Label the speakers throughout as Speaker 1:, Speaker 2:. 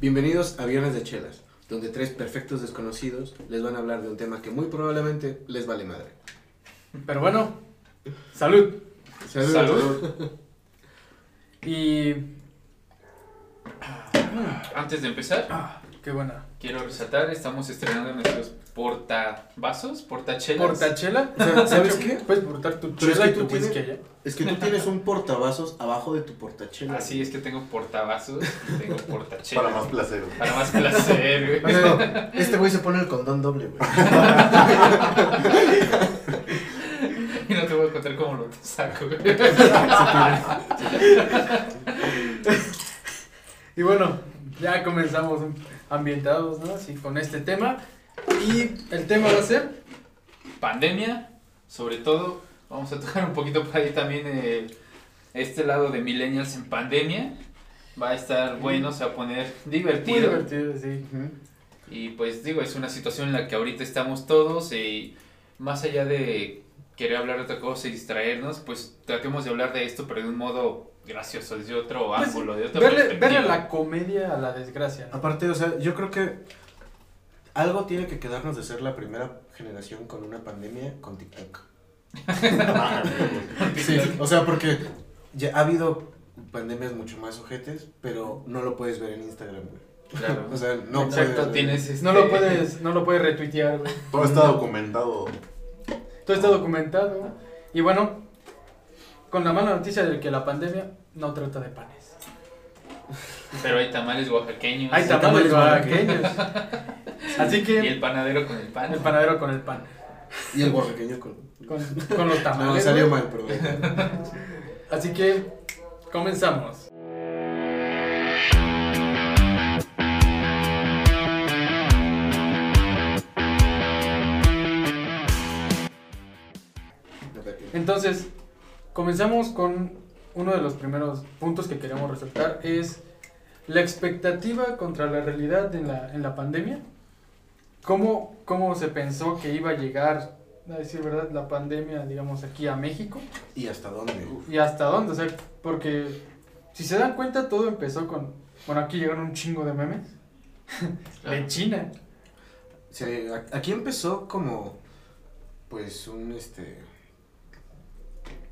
Speaker 1: Bienvenidos a Viernes de Chelas, donde tres perfectos desconocidos les van a hablar de un tema que muy probablemente les vale madre.
Speaker 2: Pero bueno, salud.
Speaker 1: Salud.
Speaker 3: Salud.
Speaker 1: doctor.
Speaker 2: Y
Speaker 3: Antes de empezar,
Speaker 2: qué buena.
Speaker 3: quiero resaltar, estamos estrenando nuestros portavasos, portachelas.
Speaker 2: ¿Portachela?
Speaker 1: O sea, ¿Sabes qué?
Speaker 2: Puedes portar tu
Speaker 1: Pero es que
Speaker 2: chela y tu
Speaker 1: tú
Speaker 2: whisky
Speaker 1: tienes-
Speaker 2: allá.
Speaker 1: Es que tú tienes un portavasos abajo de tu portachela.
Speaker 3: Así es que tengo portavasos y tengo portachelas.
Speaker 4: Para más placer. güey.
Speaker 3: Para más placer,
Speaker 1: No,
Speaker 3: güey.
Speaker 1: no, no, Este güey se pone el condón doble, güey.
Speaker 3: Y no te voy a contar cómo lo saco, güey.
Speaker 2: Y bueno, ya comenzamos ambientados, ¿no? Así con este tema. Y el tema va a ser
Speaker 3: Pandemia, sobre todo, vamos a tocar un poquito por ahí también eh, este lado de millennials en pandemia. Va a estar bueno, se va a poner
Speaker 2: muy
Speaker 3: divertido.
Speaker 2: divertido, sí.
Speaker 1: Ujú.
Speaker 3: Y pues digo, es una situación en la que ahorita estamos todos y más allá de querer hablar de otra cosa y distraernos, pues tratemos de hablar de esto, pero de un modo gracioso, desde otro
Speaker 2: Pues,
Speaker 3: ángulo, de otra
Speaker 2: Verle,
Speaker 3: perspectiva.
Speaker 2: verle la comedia a la desgracia, ¿no?
Speaker 1: Aparte, o sea, yo creo que algo tiene que quedarnos de ser la primera generación con una pandemia con TikTok.
Speaker 4: Ah, güey.
Speaker 1: Sí, o sea, porque ya ha habido pandemias mucho más ojetes, pero no lo puedes ver en Instagram, güey.
Speaker 3: Claro.
Speaker 1: O sea, no puedes
Speaker 3: Exacto,
Speaker 1: ver.
Speaker 3: tienes este-
Speaker 2: No lo puedes, no lo puedes retuitear, güey.
Speaker 4: Todo está documentado.
Speaker 2: Todo está documentado. Y bueno, con la mala noticia de que la pandemia no trata de panes.
Speaker 3: Pero hay tamales oaxaqueños.
Speaker 2: Hay tamales
Speaker 1: tamales
Speaker 2: oaxaqueños. Así
Speaker 3: Y
Speaker 2: que
Speaker 3: el panadero con el pan.
Speaker 2: el panadero con el pan.
Speaker 1: Y el oaxaqueño con...
Speaker 2: Con, con
Speaker 3: Ah,
Speaker 2: los tamales.
Speaker 1: No, salió
Speaker 2: güey.
Speaker 1: mal, pero bueno.
Speaker 2: Así que comenzamos. Entonces, comenzamos con uno de los primeros puntos que queremos resaltar es la expectativa contra la realidad en la, en la pandemia. ¿Cómo, ¿Cómo se pensó que iba a llegar, a decir verdad, la pandemia, digamos, aquí a México?
Speaker 1: ¿Y hasta dónde?
Speaker 2: ¿Y hasta dónde? O sea, porque si se dan cuenta, todo empezó con. Bueno, aquí llegaron un chingo de memes.
Speaker 3: Claro.
Speaker 2: De China.
Speaker 1: Sí, a- aquí empezó como, pues, un, este,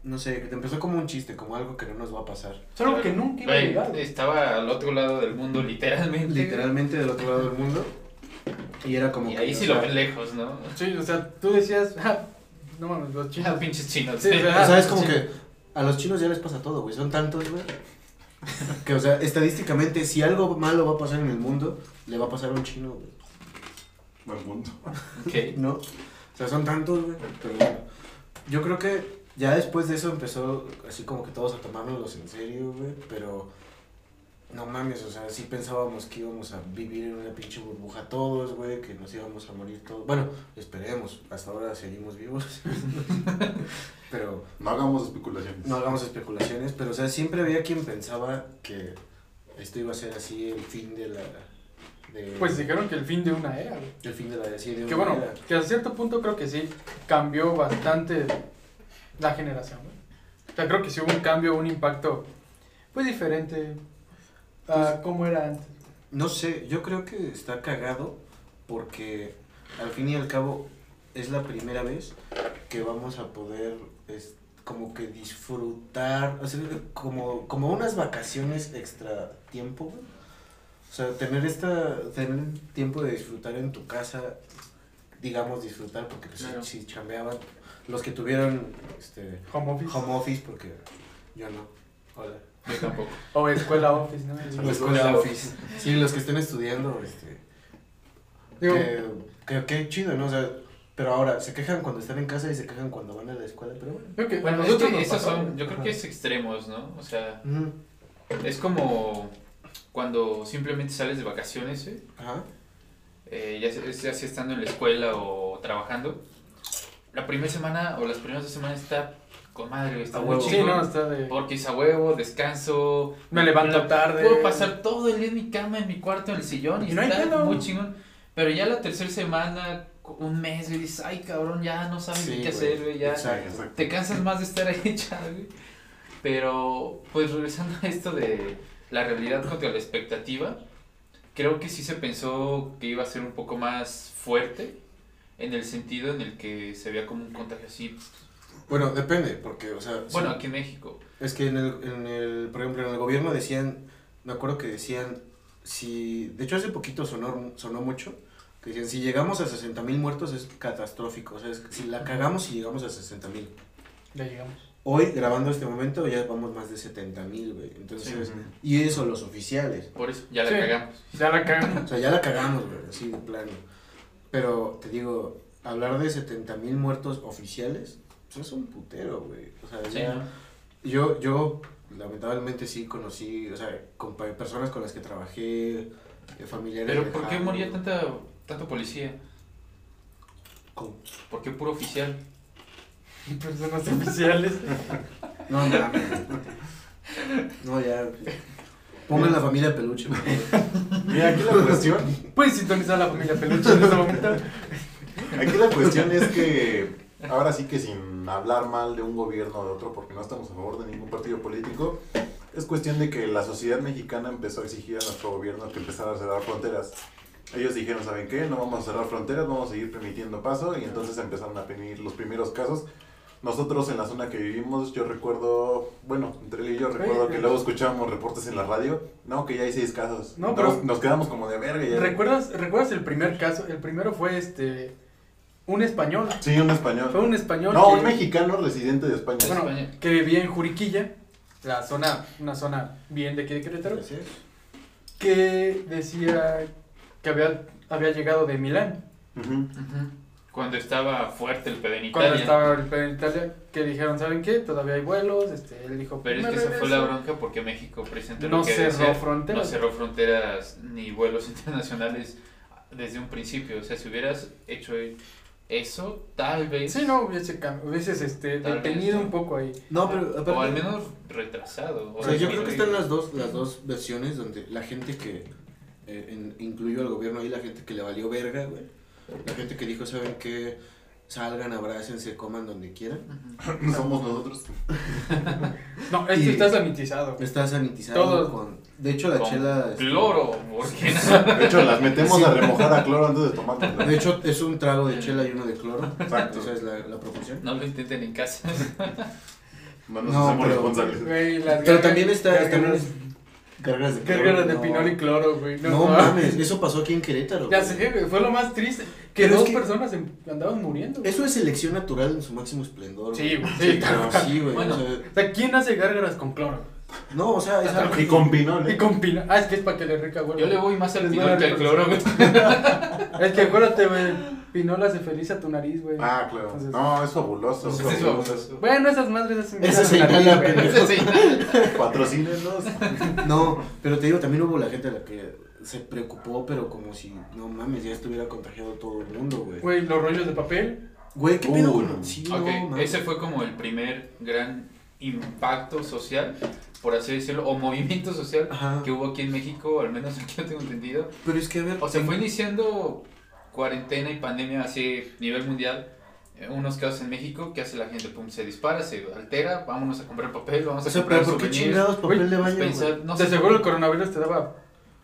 Speaker 1: no sé, que te empezó como un chiste, como algo que no nos va a pasar.
Speaker 2: Es algo que nunca iba a
Speaker 3: Güey,
Speaker 2: llegar.
Speaker 3: Estaba al otro lado del mundo, literalmente.
Speaker 1: Literalmente del otro lado del mundo. Y era como
Speaker 3: Y
Speaker 1: que,
Speaker 3: ahí
Speaker 1: o
Speaker 3: sí
Speaker 1: sea,
Speaker 3: lo ven lejos, ¿no?
Speaker 2: Sí, o sea, tú decías. "Ja, no mames, los chinos.
Speaker 3: pinches chinos.
Speaker 2: Sí, o sea,
Speaker 1: O sea, es como
Speaker 2: Sí.
Speaker 1: que a los chinos ya les pasa todo, güey, son tantos, güey. Que, o sea, estadísticamente, si algo malo va a pasar en el mundo, le va a pasar a un chino, güey.
Speaker 4: Buen punto.
Speaker 3: Ok.
Speaker 1: ¿No? O sea, son tantos, güey. Pero bueno, yo creo que ya después de eso empezó así como que todos a tomárnoslos en serio, güey. Pero no mames, o sea, sí pensábamos que íbamos a vivir en una pinche burbuja todos, güey, que nos íbamos a morir todos. Bueno, esperemos, hasta ahora seguimos vivos. pero
Speaker 4: No hagamos especulaciones.
Speaker 1: no hagamos especulaciones, pero o sea, siempre había quien pensaba que esto iba a ser así el fin de la. de-
Speaker 2: Pues dijeron que el fin de una era, güey.
Speaker 1: el fin de la. sí, de
Speaker 2: Que
Speaker 1: una
Speaker 2: bueno,
Speaker 1: era.
Speaker 2: que a cierto punto creo que sí cambió bastante la generación, güey. O sea, creo que sí hubo un cambio, un impacto. Pues diferente
Speaker 3: Pues,
Speaker 2: a cómo era antes.
Speaker 1: No sé, yo creo que está cagado porque al fin y al cabo es la primera vez que vamos a poder es, como que disfrutar, o sea, como, como unas vacaciones extra tiempo, güey. O sea, tener esta, tener tiempo de disfrutar en tu casa, digamos disfrutar, porque pues,
Speaker 3: Claro.
Speaker 1: si, si chambeaban, los que tuvieron este
Speaker 2: Home office.
Speaker 1: home office, porque yo no. Hola.
Speaker 3: Yo tampoco.
Speaker 2: O escuela office, ¿no?
Speaker 1: La escuela office. Sí, los que estén estudiando, este.
Speaker 2: Digo,
Speaker 3: Eh,
Speaker 1: que, que, que chido, ¿no? O sea, pero ahora, se quejan cuando están en casa y se quejan cuando van a la escuela, pero bueno.
Speaker 2: creo que
Speaker 3: Bueno,
Speaker 2: a
Speaker 3: es
Speaker 2: nosotros
Speaker 3: que
Speaker 2: nos
Speaker 3: esos
Speaker 2: pasó,
Speaker 3: son,
Speaker 2: güey.
Speaker 3: yo creo
Speaker 2: Ajá.
Speaker 3: que es extremos, ¿no? O sea,
Speaker 1: Ujú,
Speaker 3: es como cuando simplemente sales de vacaciones, ¿eh?
Speaker 1: Ajá.
Speaker 3: Eh, ya, sea- ya sea estando en la escuela o trabajando. La primera semana o las primeras dos semanas está con madre, güey, está
Speaker 1: A
Speaker 3: muy
Speaker 1: huevo.
Speaker 2: Sí,
Speaker 3: chido.
Speaker 2: no, está de.
Speaker 3: Porque es a huevo, descanso.
Speaker 2: Me levanto
Speaker 3: la-
Speaker 2: tarde.
Speaker 3: Puedo pasar todo el día en mi cama, en mi cuarto, en el sillón. Y
Speaker 2: Y no hay
Speaker 3: está
Speaker 2: pedo.
Speaker 3: muy chingón. Pero ya la tercera semana, un mes, güey, dices, ay cabrón, ya no sabes ni
Speaker 1: Sí,
Speaker 3: qué hacer, güey, ya.
Speaker 4: Sí,
Speaker 1: Exacto.
Speaker 4: exacto.
Speaker 3: te cansas más de estar ahí echado, güey. Pero, pues regresando a esto de la realidad contra la expectativa, creo que sí se pensó que iba a ser un poco más fuerte, en el sentido en el que se veía como un contagio así.
Speaker 1: Bueno, depende, porque, o sea, sí,
Speaker 3: Bueno, aquí en México.
Speaker 1: es que en el, en el, por ejemplo, en el gobierno decían, me acuerdo que decían, si, de hecho hace poquito sonó, sonó mucho, que decían, si llegamos a 60 mil muertos es catastrófico, o sea, es- si la cagamos y llegamos a 60 mil.
Speaker 2: Ya llegamos.
Speaker 1: Hoy, grabando este momento, ya vamos más de 70 mil, güey, entonces,
Speaker 3: Sí.
Speaker 1: y eso los oficiales.
Speaker 3: Por eso, ya la
Speaker 2: Sí.
Speaker 3: cagamos.
Speaker 2: Ya la cagamos.
Speaker 1: O sea, ya la cagamos, güey, así de plano. Pero te digo, hablar de 70 mil muertos oficiales, pues es un putero, güey. O sea,
Speaker 3: Sí,
Speaker 1: ya-
Speaker 3: ¿no?
Speaker 1: yo, yo lamentablemente sí conocí, o sea, con pa- personas con las que trabajé, eh, familiares.
Speaker 3: Pero ¿por qué
Speaker 1: lejanos.
Speaker 3: moría tanta, tanto policía?
Speaker 1: Con-
Speaker 3: ¿Por qué puro oficial?
Speaker 2: Personas oficiales.
Speaker 1: No, no, no, ya. Pongan la familia peluche, por favor.
Speaker 4: Mira, aquí la cuestión
Speaker 2: Puedes sintonizar la familia peluche en este momento.
Speaker 4: Aquí la cuestión es que ahora sí que sin hablar mal de un gobierno o de otro, porque no estamos a favor de ningún partido político, es cuestión de que la sociedad mexicana empezó a exigir a nuestro gobierno que empezara a cerrar fronteras. Ellos dijeron, ¿saben qué? No vamos a cerrar fronteras, vamos a seguir permitiendo paso y entonces empezaron a venir los primeros casos. Nosotros en la zona que vivimos, yo recuerdo, bueno, entre él y yo recuerdo que luego escuchábamos reportes en la radio, no, que ya hay seis casos.
Speaker 2: No,
Speaker 4: Entonces,
Speaker 2: pero-
Speaker 4: nos quedamos como de verga. Ya...
Speaker 2: ¿Recuerdas, ¿Recuerdas el primer caso? El primero fue este. Un español.
Speaker 4: Sí, un español.
Speaker 2: Fue un español.
Speaker 4: No,
Speaker 2: que-
Speaker 4: un mexicano residente de España.
Speaker 2: Bueno,
Speaker 3: España.
Speaker 2: que vivía en Juriquilla, la zona, una zona bien de aquí de Querétaro,
Speaker 1: Así es.
Speaker 2: que decía que había, había llegado de Milán,
Speaker 4: Ujú.
Speaker 3: Ujú. Cuando estaba fuerte el pedo en
Speaker 2: cuando
Speaker 3: Italia.
Speaker 2: estaba el pedo en Italia, que dijeron, ¿saben qué? Todavía hay vuelos, este, él dijo,
Speaker 3: Pero es
Speaker 2: "Me
Speaker 3: que esa fue la
Speaker 2: regreso".
Speaker 3: bronca porque México presentó
Speaker 2: No
Speaker 3: lo que debe
Speaker 2: cerró
Speaker 3: ser.
Speaker 2: fronteras.
Speaker 3: No cerró fronteras ni vuelos internacionales desde un principio. O sea, si hubieras hecho eso, tal vez.
Speaker 2: Sí, no, hubiese, cam- hubieses este,
Speaker 3: Tal vez,
Speaker 2: detenido
Speaker 3: ¿no?
Speaker 2: un poco ahí.
Speaker 1: No, pero aparte-
Speaker 3: o al menos retrasado.
Speaker 1: O sea, yo creo que
Speaker 3: disminuido.
Speaker 1: están las dos, las dos versiones donde la gente que eh, en- incluyó al gobierno ahí, la gente que le valió verga, güey. La gente que dijo, ¿saben qué? Salgan, abrácense, coman donde quieran.
Speaker 3: Ujú.
Speaker 4: Somos nosotros.
Speaker 2: No, esto
Speaker 1: Y-
Speaker 2: está sanitizado.
Speaker 1: Está sanitizado
Speaker 2: Todo.
Speaker 1: con... De hecho, la
Speaker 3: Con
Speaker 1: chela... este,
Speaker 3: Cloro, porque
Speaker 4: De hecho, las metemos a remojar a cloro antes de tomarlas.
Speaker 1: De hecho, es un trago de chela y uno de cloro.
Speaker 4: Exacto.
Speaker 1: Esa es la, la proporción.
Speaker 3: no lo intenten en casa.
Speaker 4: No nos
Speaker 1: No,
Speaker 4: hacemos
Speaker 1: pero-
Speaker 4: responsables.
Speaker 2: Güey, las
Speaker 1: Pero
Speaker 2: gargas-
Speaker 1: también está...
Speaker 2: gargas-
Speaker 1: También es- Gargas de
Speaker 2: gargas de
Speaker 1: no.
Speaker 2: pinol y cloro, güey.
Speaker 1: No,
Speaker 2: No, mames.
Speaker 1: mames, eso pasó aquí en Querétaro.
Speaker 2: Ya
Speaker 1: güey.
Speaker 2: sé, güey, fue lo más triste, que
Speaker 1: Pero es
Speaker 2: dos
Speaker 1: que-
Speaker 2: personas en- andaban muriendo. güey.
Speaker 1: Eso es selección natural en su máximo esplendor.
Speaker 2: Sí, güey.
Speaker 1: Sí,
Speaker 2: Sí,
Speaker 1: claro, sí, güey.
Speaker 3: Bueno.
Speaker 1: o sea,
Speaker 2: O sea, ¿quién hace gárgaras con cloro?
Speaker 1: no, o sea, es algo...
Speaker 4: Y con pinol.
Speaker 2: Y
Speaker 4: ¿eh?
Speaker 2: con pino. Ah, es que es para que le rica, güey.
Speaker 3: Yo le voy más al
Speaker 2: Les
Speaker 3: pinol
Speaker 2: voy
Speaker 3: que
Speaker 2: a
Speaker 3: al cloro, güey.
Speaker 2: Es que acuérdate, güey. Pinol hace feliz a tu nariz, güey.
Speaker 4: Ah, claro.
Speaker 2: Entonces-
Speaker 4: No, es fabuloso.
Speaker 3: Ese es fabuloso.
Speaker 2: Bueno, esas madres hacen
Speaker 1: Ese
Speaker 2: feliz a tu
Speaker 1: señala,
Speaker 2: nariz, güey.
Speaker 1: pendejo.
Speaker 3: Ese sí.
Speaker 4: Patrocínenos.
Speaker 1: No, pero te digo, también hubo la gente a la que se preocupó, pero como si, no mames, ya estuviera contagiado todo el mundo, güey.
Speaker 2: Güey, los rollos de papel.
Speaker 1: Güey, ¿qué
Speaker 4: Uh,
Speaker 1: pedo?
Speaker 4: no.
Speaker 1: Sí, no,
Speaker 3: Ok,
Speaker 1: mames.
Speaker 3: ese fue como el primer gran impacto social, por así decirlo, o movimiento social
Speaker 1: Ajá.
Speaker 3: que hubo aquí en México, al menos aquí yo tengo entendido.
Speaker 1: Pero es que, a ver,
Speaker 3: O sea, fue iniciando cuarentena y pandemia así, nivel mundial, eh, unos casos en México que hace la gente, pum, se dispara, se altera, vámonos a comprar papel, vamos
Speaker 1: o
Speaker 3: a
Speaker 1: sea,
Speaker 3: comprar
Speaker 1: pero ¿por qué
Speaker 3: souvenirs,
Speaker 1: chingados papel
Speaker 2: Güey,
Speaker 1: de baño, güey?
Speaker 3: pensar, no
Speaker 2: de
Speaker 3: sé,
Speaker 2: seguro el coronavirus te daba.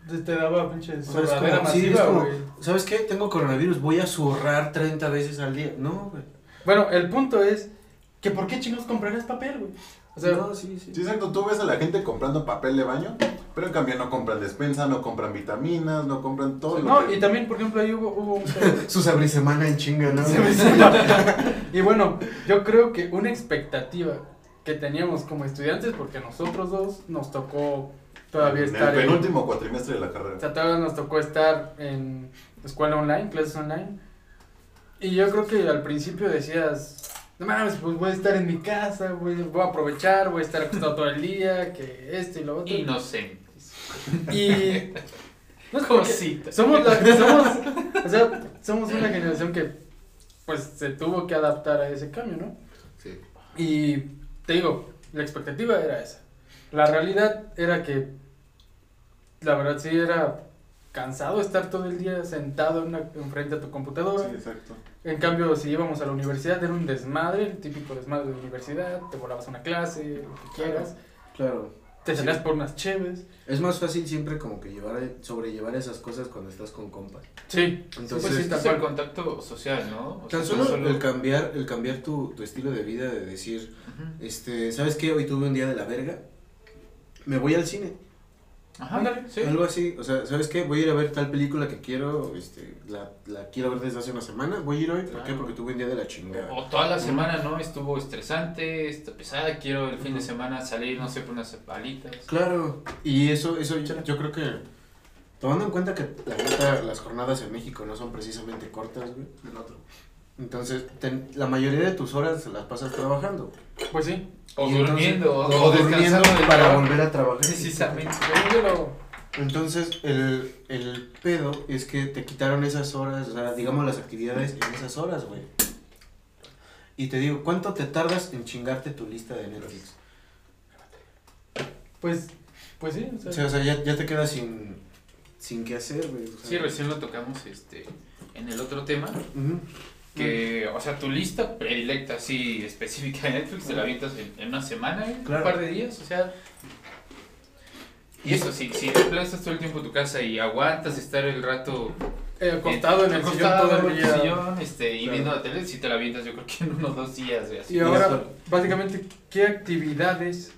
Speaker 2: Te te daba pinche
Speaker 1: O sea, es
Speaker 2: sudadera
Speaker 1: como- sí, es
Speaker 2: masiva,
Speaker 1: como-
Speaker 2: güey.
Speaker 1: ¿Sabes qué? Tengo coronavirus, voy a zurrar 30 veces al día. No, güey.
Speaker 2: Bueno, el punto es que ¿por qué chingos comprarás papel, güey? O sea,
Speaker 1: no, sí, sí.
Speaker 4: Sí, exacto. Tú ves a la gente comprando papel de baño, pero en cambio no compran despensa, no compran vitaminas, no compran todo lo
Speaker 2: no,
Speaker 4: que-
Speaker 2: y también, por ejemplo, ahí hubo, hubo un pedo.
Speaker 1: Sus abrisemana en chinga, ¿no?
Speaker 2: Y bueno, yo creo que una expectativa que teníamos como estudiantes, porque a nosotros dos nos tocó todavía
Speaker 4: En
Speaker 2: estar
Speaker 4: el
Speaker 2: en,
Speaker 4: penúltimo cuatrimestre de la
Speaker 2: o
Speaker 4: carrera.
Speaker 2: sea, todavía nos tocó estar en escuela online, clases online. Y yo creo que al principio decías, no mames, pues voy a estar en mi casa, voy, voy a aprovechar, voy a estar acostado todo el día, que esto y lo otro.
Speaker 3: inocentes,
Speaker 2: Y no es porque-
Speaker 3: cositas.
Speaker 2: somos la somos, o sea, somos una generación que pues se tuvo que adaptar a ese cambio, ¿no?
Speaker 1: Sí.
Speaker 2: Y te digo, la expectativa era esa. La realidad era que, la verdad sí era cansado estar todo el día sentado en una- enfrente a tu computadora.
Speaker 4: Sí, exacto.
Speaker 2: En cambio, si íbamos a la universidad era un desmadre, el típico desmadre de universidad, te volabas una clase, lo que quieras.
Speaker 1: Claro.
Speaker 2: Te salías por unas cheves.
Speaker 1: Es más fácil siempre como que llevar, sobrellevar esas cosas cuando estás con compas.
Speaker 2: Sí,
Speaker 1: Entonces,
Speaker 2: Pues sí, tal
Speaker 3: es el
Speaker 2: cual.
Speaker 3: contacto social, ¿no? O sea,
Speaker 1: tan
Speaker 3: no
Speaker 1: solo, el cambiar, el cambiar tu, tu estilo de vida, de decir,
Speaker 3: Ujú.
Speaker 1: este, ¿sabes qué? Hoy tuve un día de la verga, me voy al cine.
Speaker 3: Ajá,
Speaker 2: Ándale.
Speaker 3: sí.
Speaker 1: Algo así, o sea, ¿sabes qué? Voy a ir a ver tal película que quiero, este, la, la quiero ver desde hace una semana, voy a ir hoy, ¿por qué?
Speaker 3: Claro.
Speaker 1: Porque tuve un día de la chingada.
Speaker 3: O toda la semana, ¿no? Estuvo estresante, está pesada, quiero el fin de semana salir, no sé, por unas palitas.
Speaker 1: Claro, y eso, eso yo, yo creo que, tomando en cuenta que la neta, las jornadas en México no son precisamente cortas, güey,
Speaker 4: En otro.
Speaker 1: entonces ten- la mayoría de tus horas las pasas trabajando.
Speaker 2: Pues sí.
Speaker 3: O
Speaker 1: Y entonces-
Speaker 3: durmiendo, o,
Speaker 1: o durmiendo
Speaker 3: descansando del
Speaker 1: para
Speaker 3: trabajo.
Speaker 1: volver a trabajar.
Speaker 3: Precisamente.
Speaker 2: Según yo lo-
Speaker 1: Entonces, el, el pedo es que te quitaron esas horas, o sea, digamos las actividades en esas horas, güey. Y te digo, ¿cuánto te tardas en chingarte tu lista de Netflix?
Speaker 2: Pues, pues sí, o sea,
Speaker 1: O sea, o sea, ya, ya te quedas sin, sin qué hacer, güey. o sea.
Speaker 3: Sí, recién lo tocamos este, en el otro tema.
Speaker 1: Ujú.
Speaker 3: Que, o sea, tu lista predilecta, así específica de Netflix, te la avientas en, en una semana, en
Speaker 1: Claro.
Speaker 3: un par de días, o sea. Y eso, si, si te plantas todo el tiempo en tu casa y aguantas estar el rato
Speaker 2: eh, acostado en el sillón
Speaker 3: acostado
Speaker 2: todo el
Speaker 3: en
Speaker 2: día.
Speaker 3: sillón, este, y
Speaker 1: Claro.
Speaker 3: viendo la tele, si te la avientas, yo creo que en unos dos días, güey, así.
Speaker 2: Y ahora,
Speaker 1: eso.
Speaker 2: básicamente, ¿qué actividades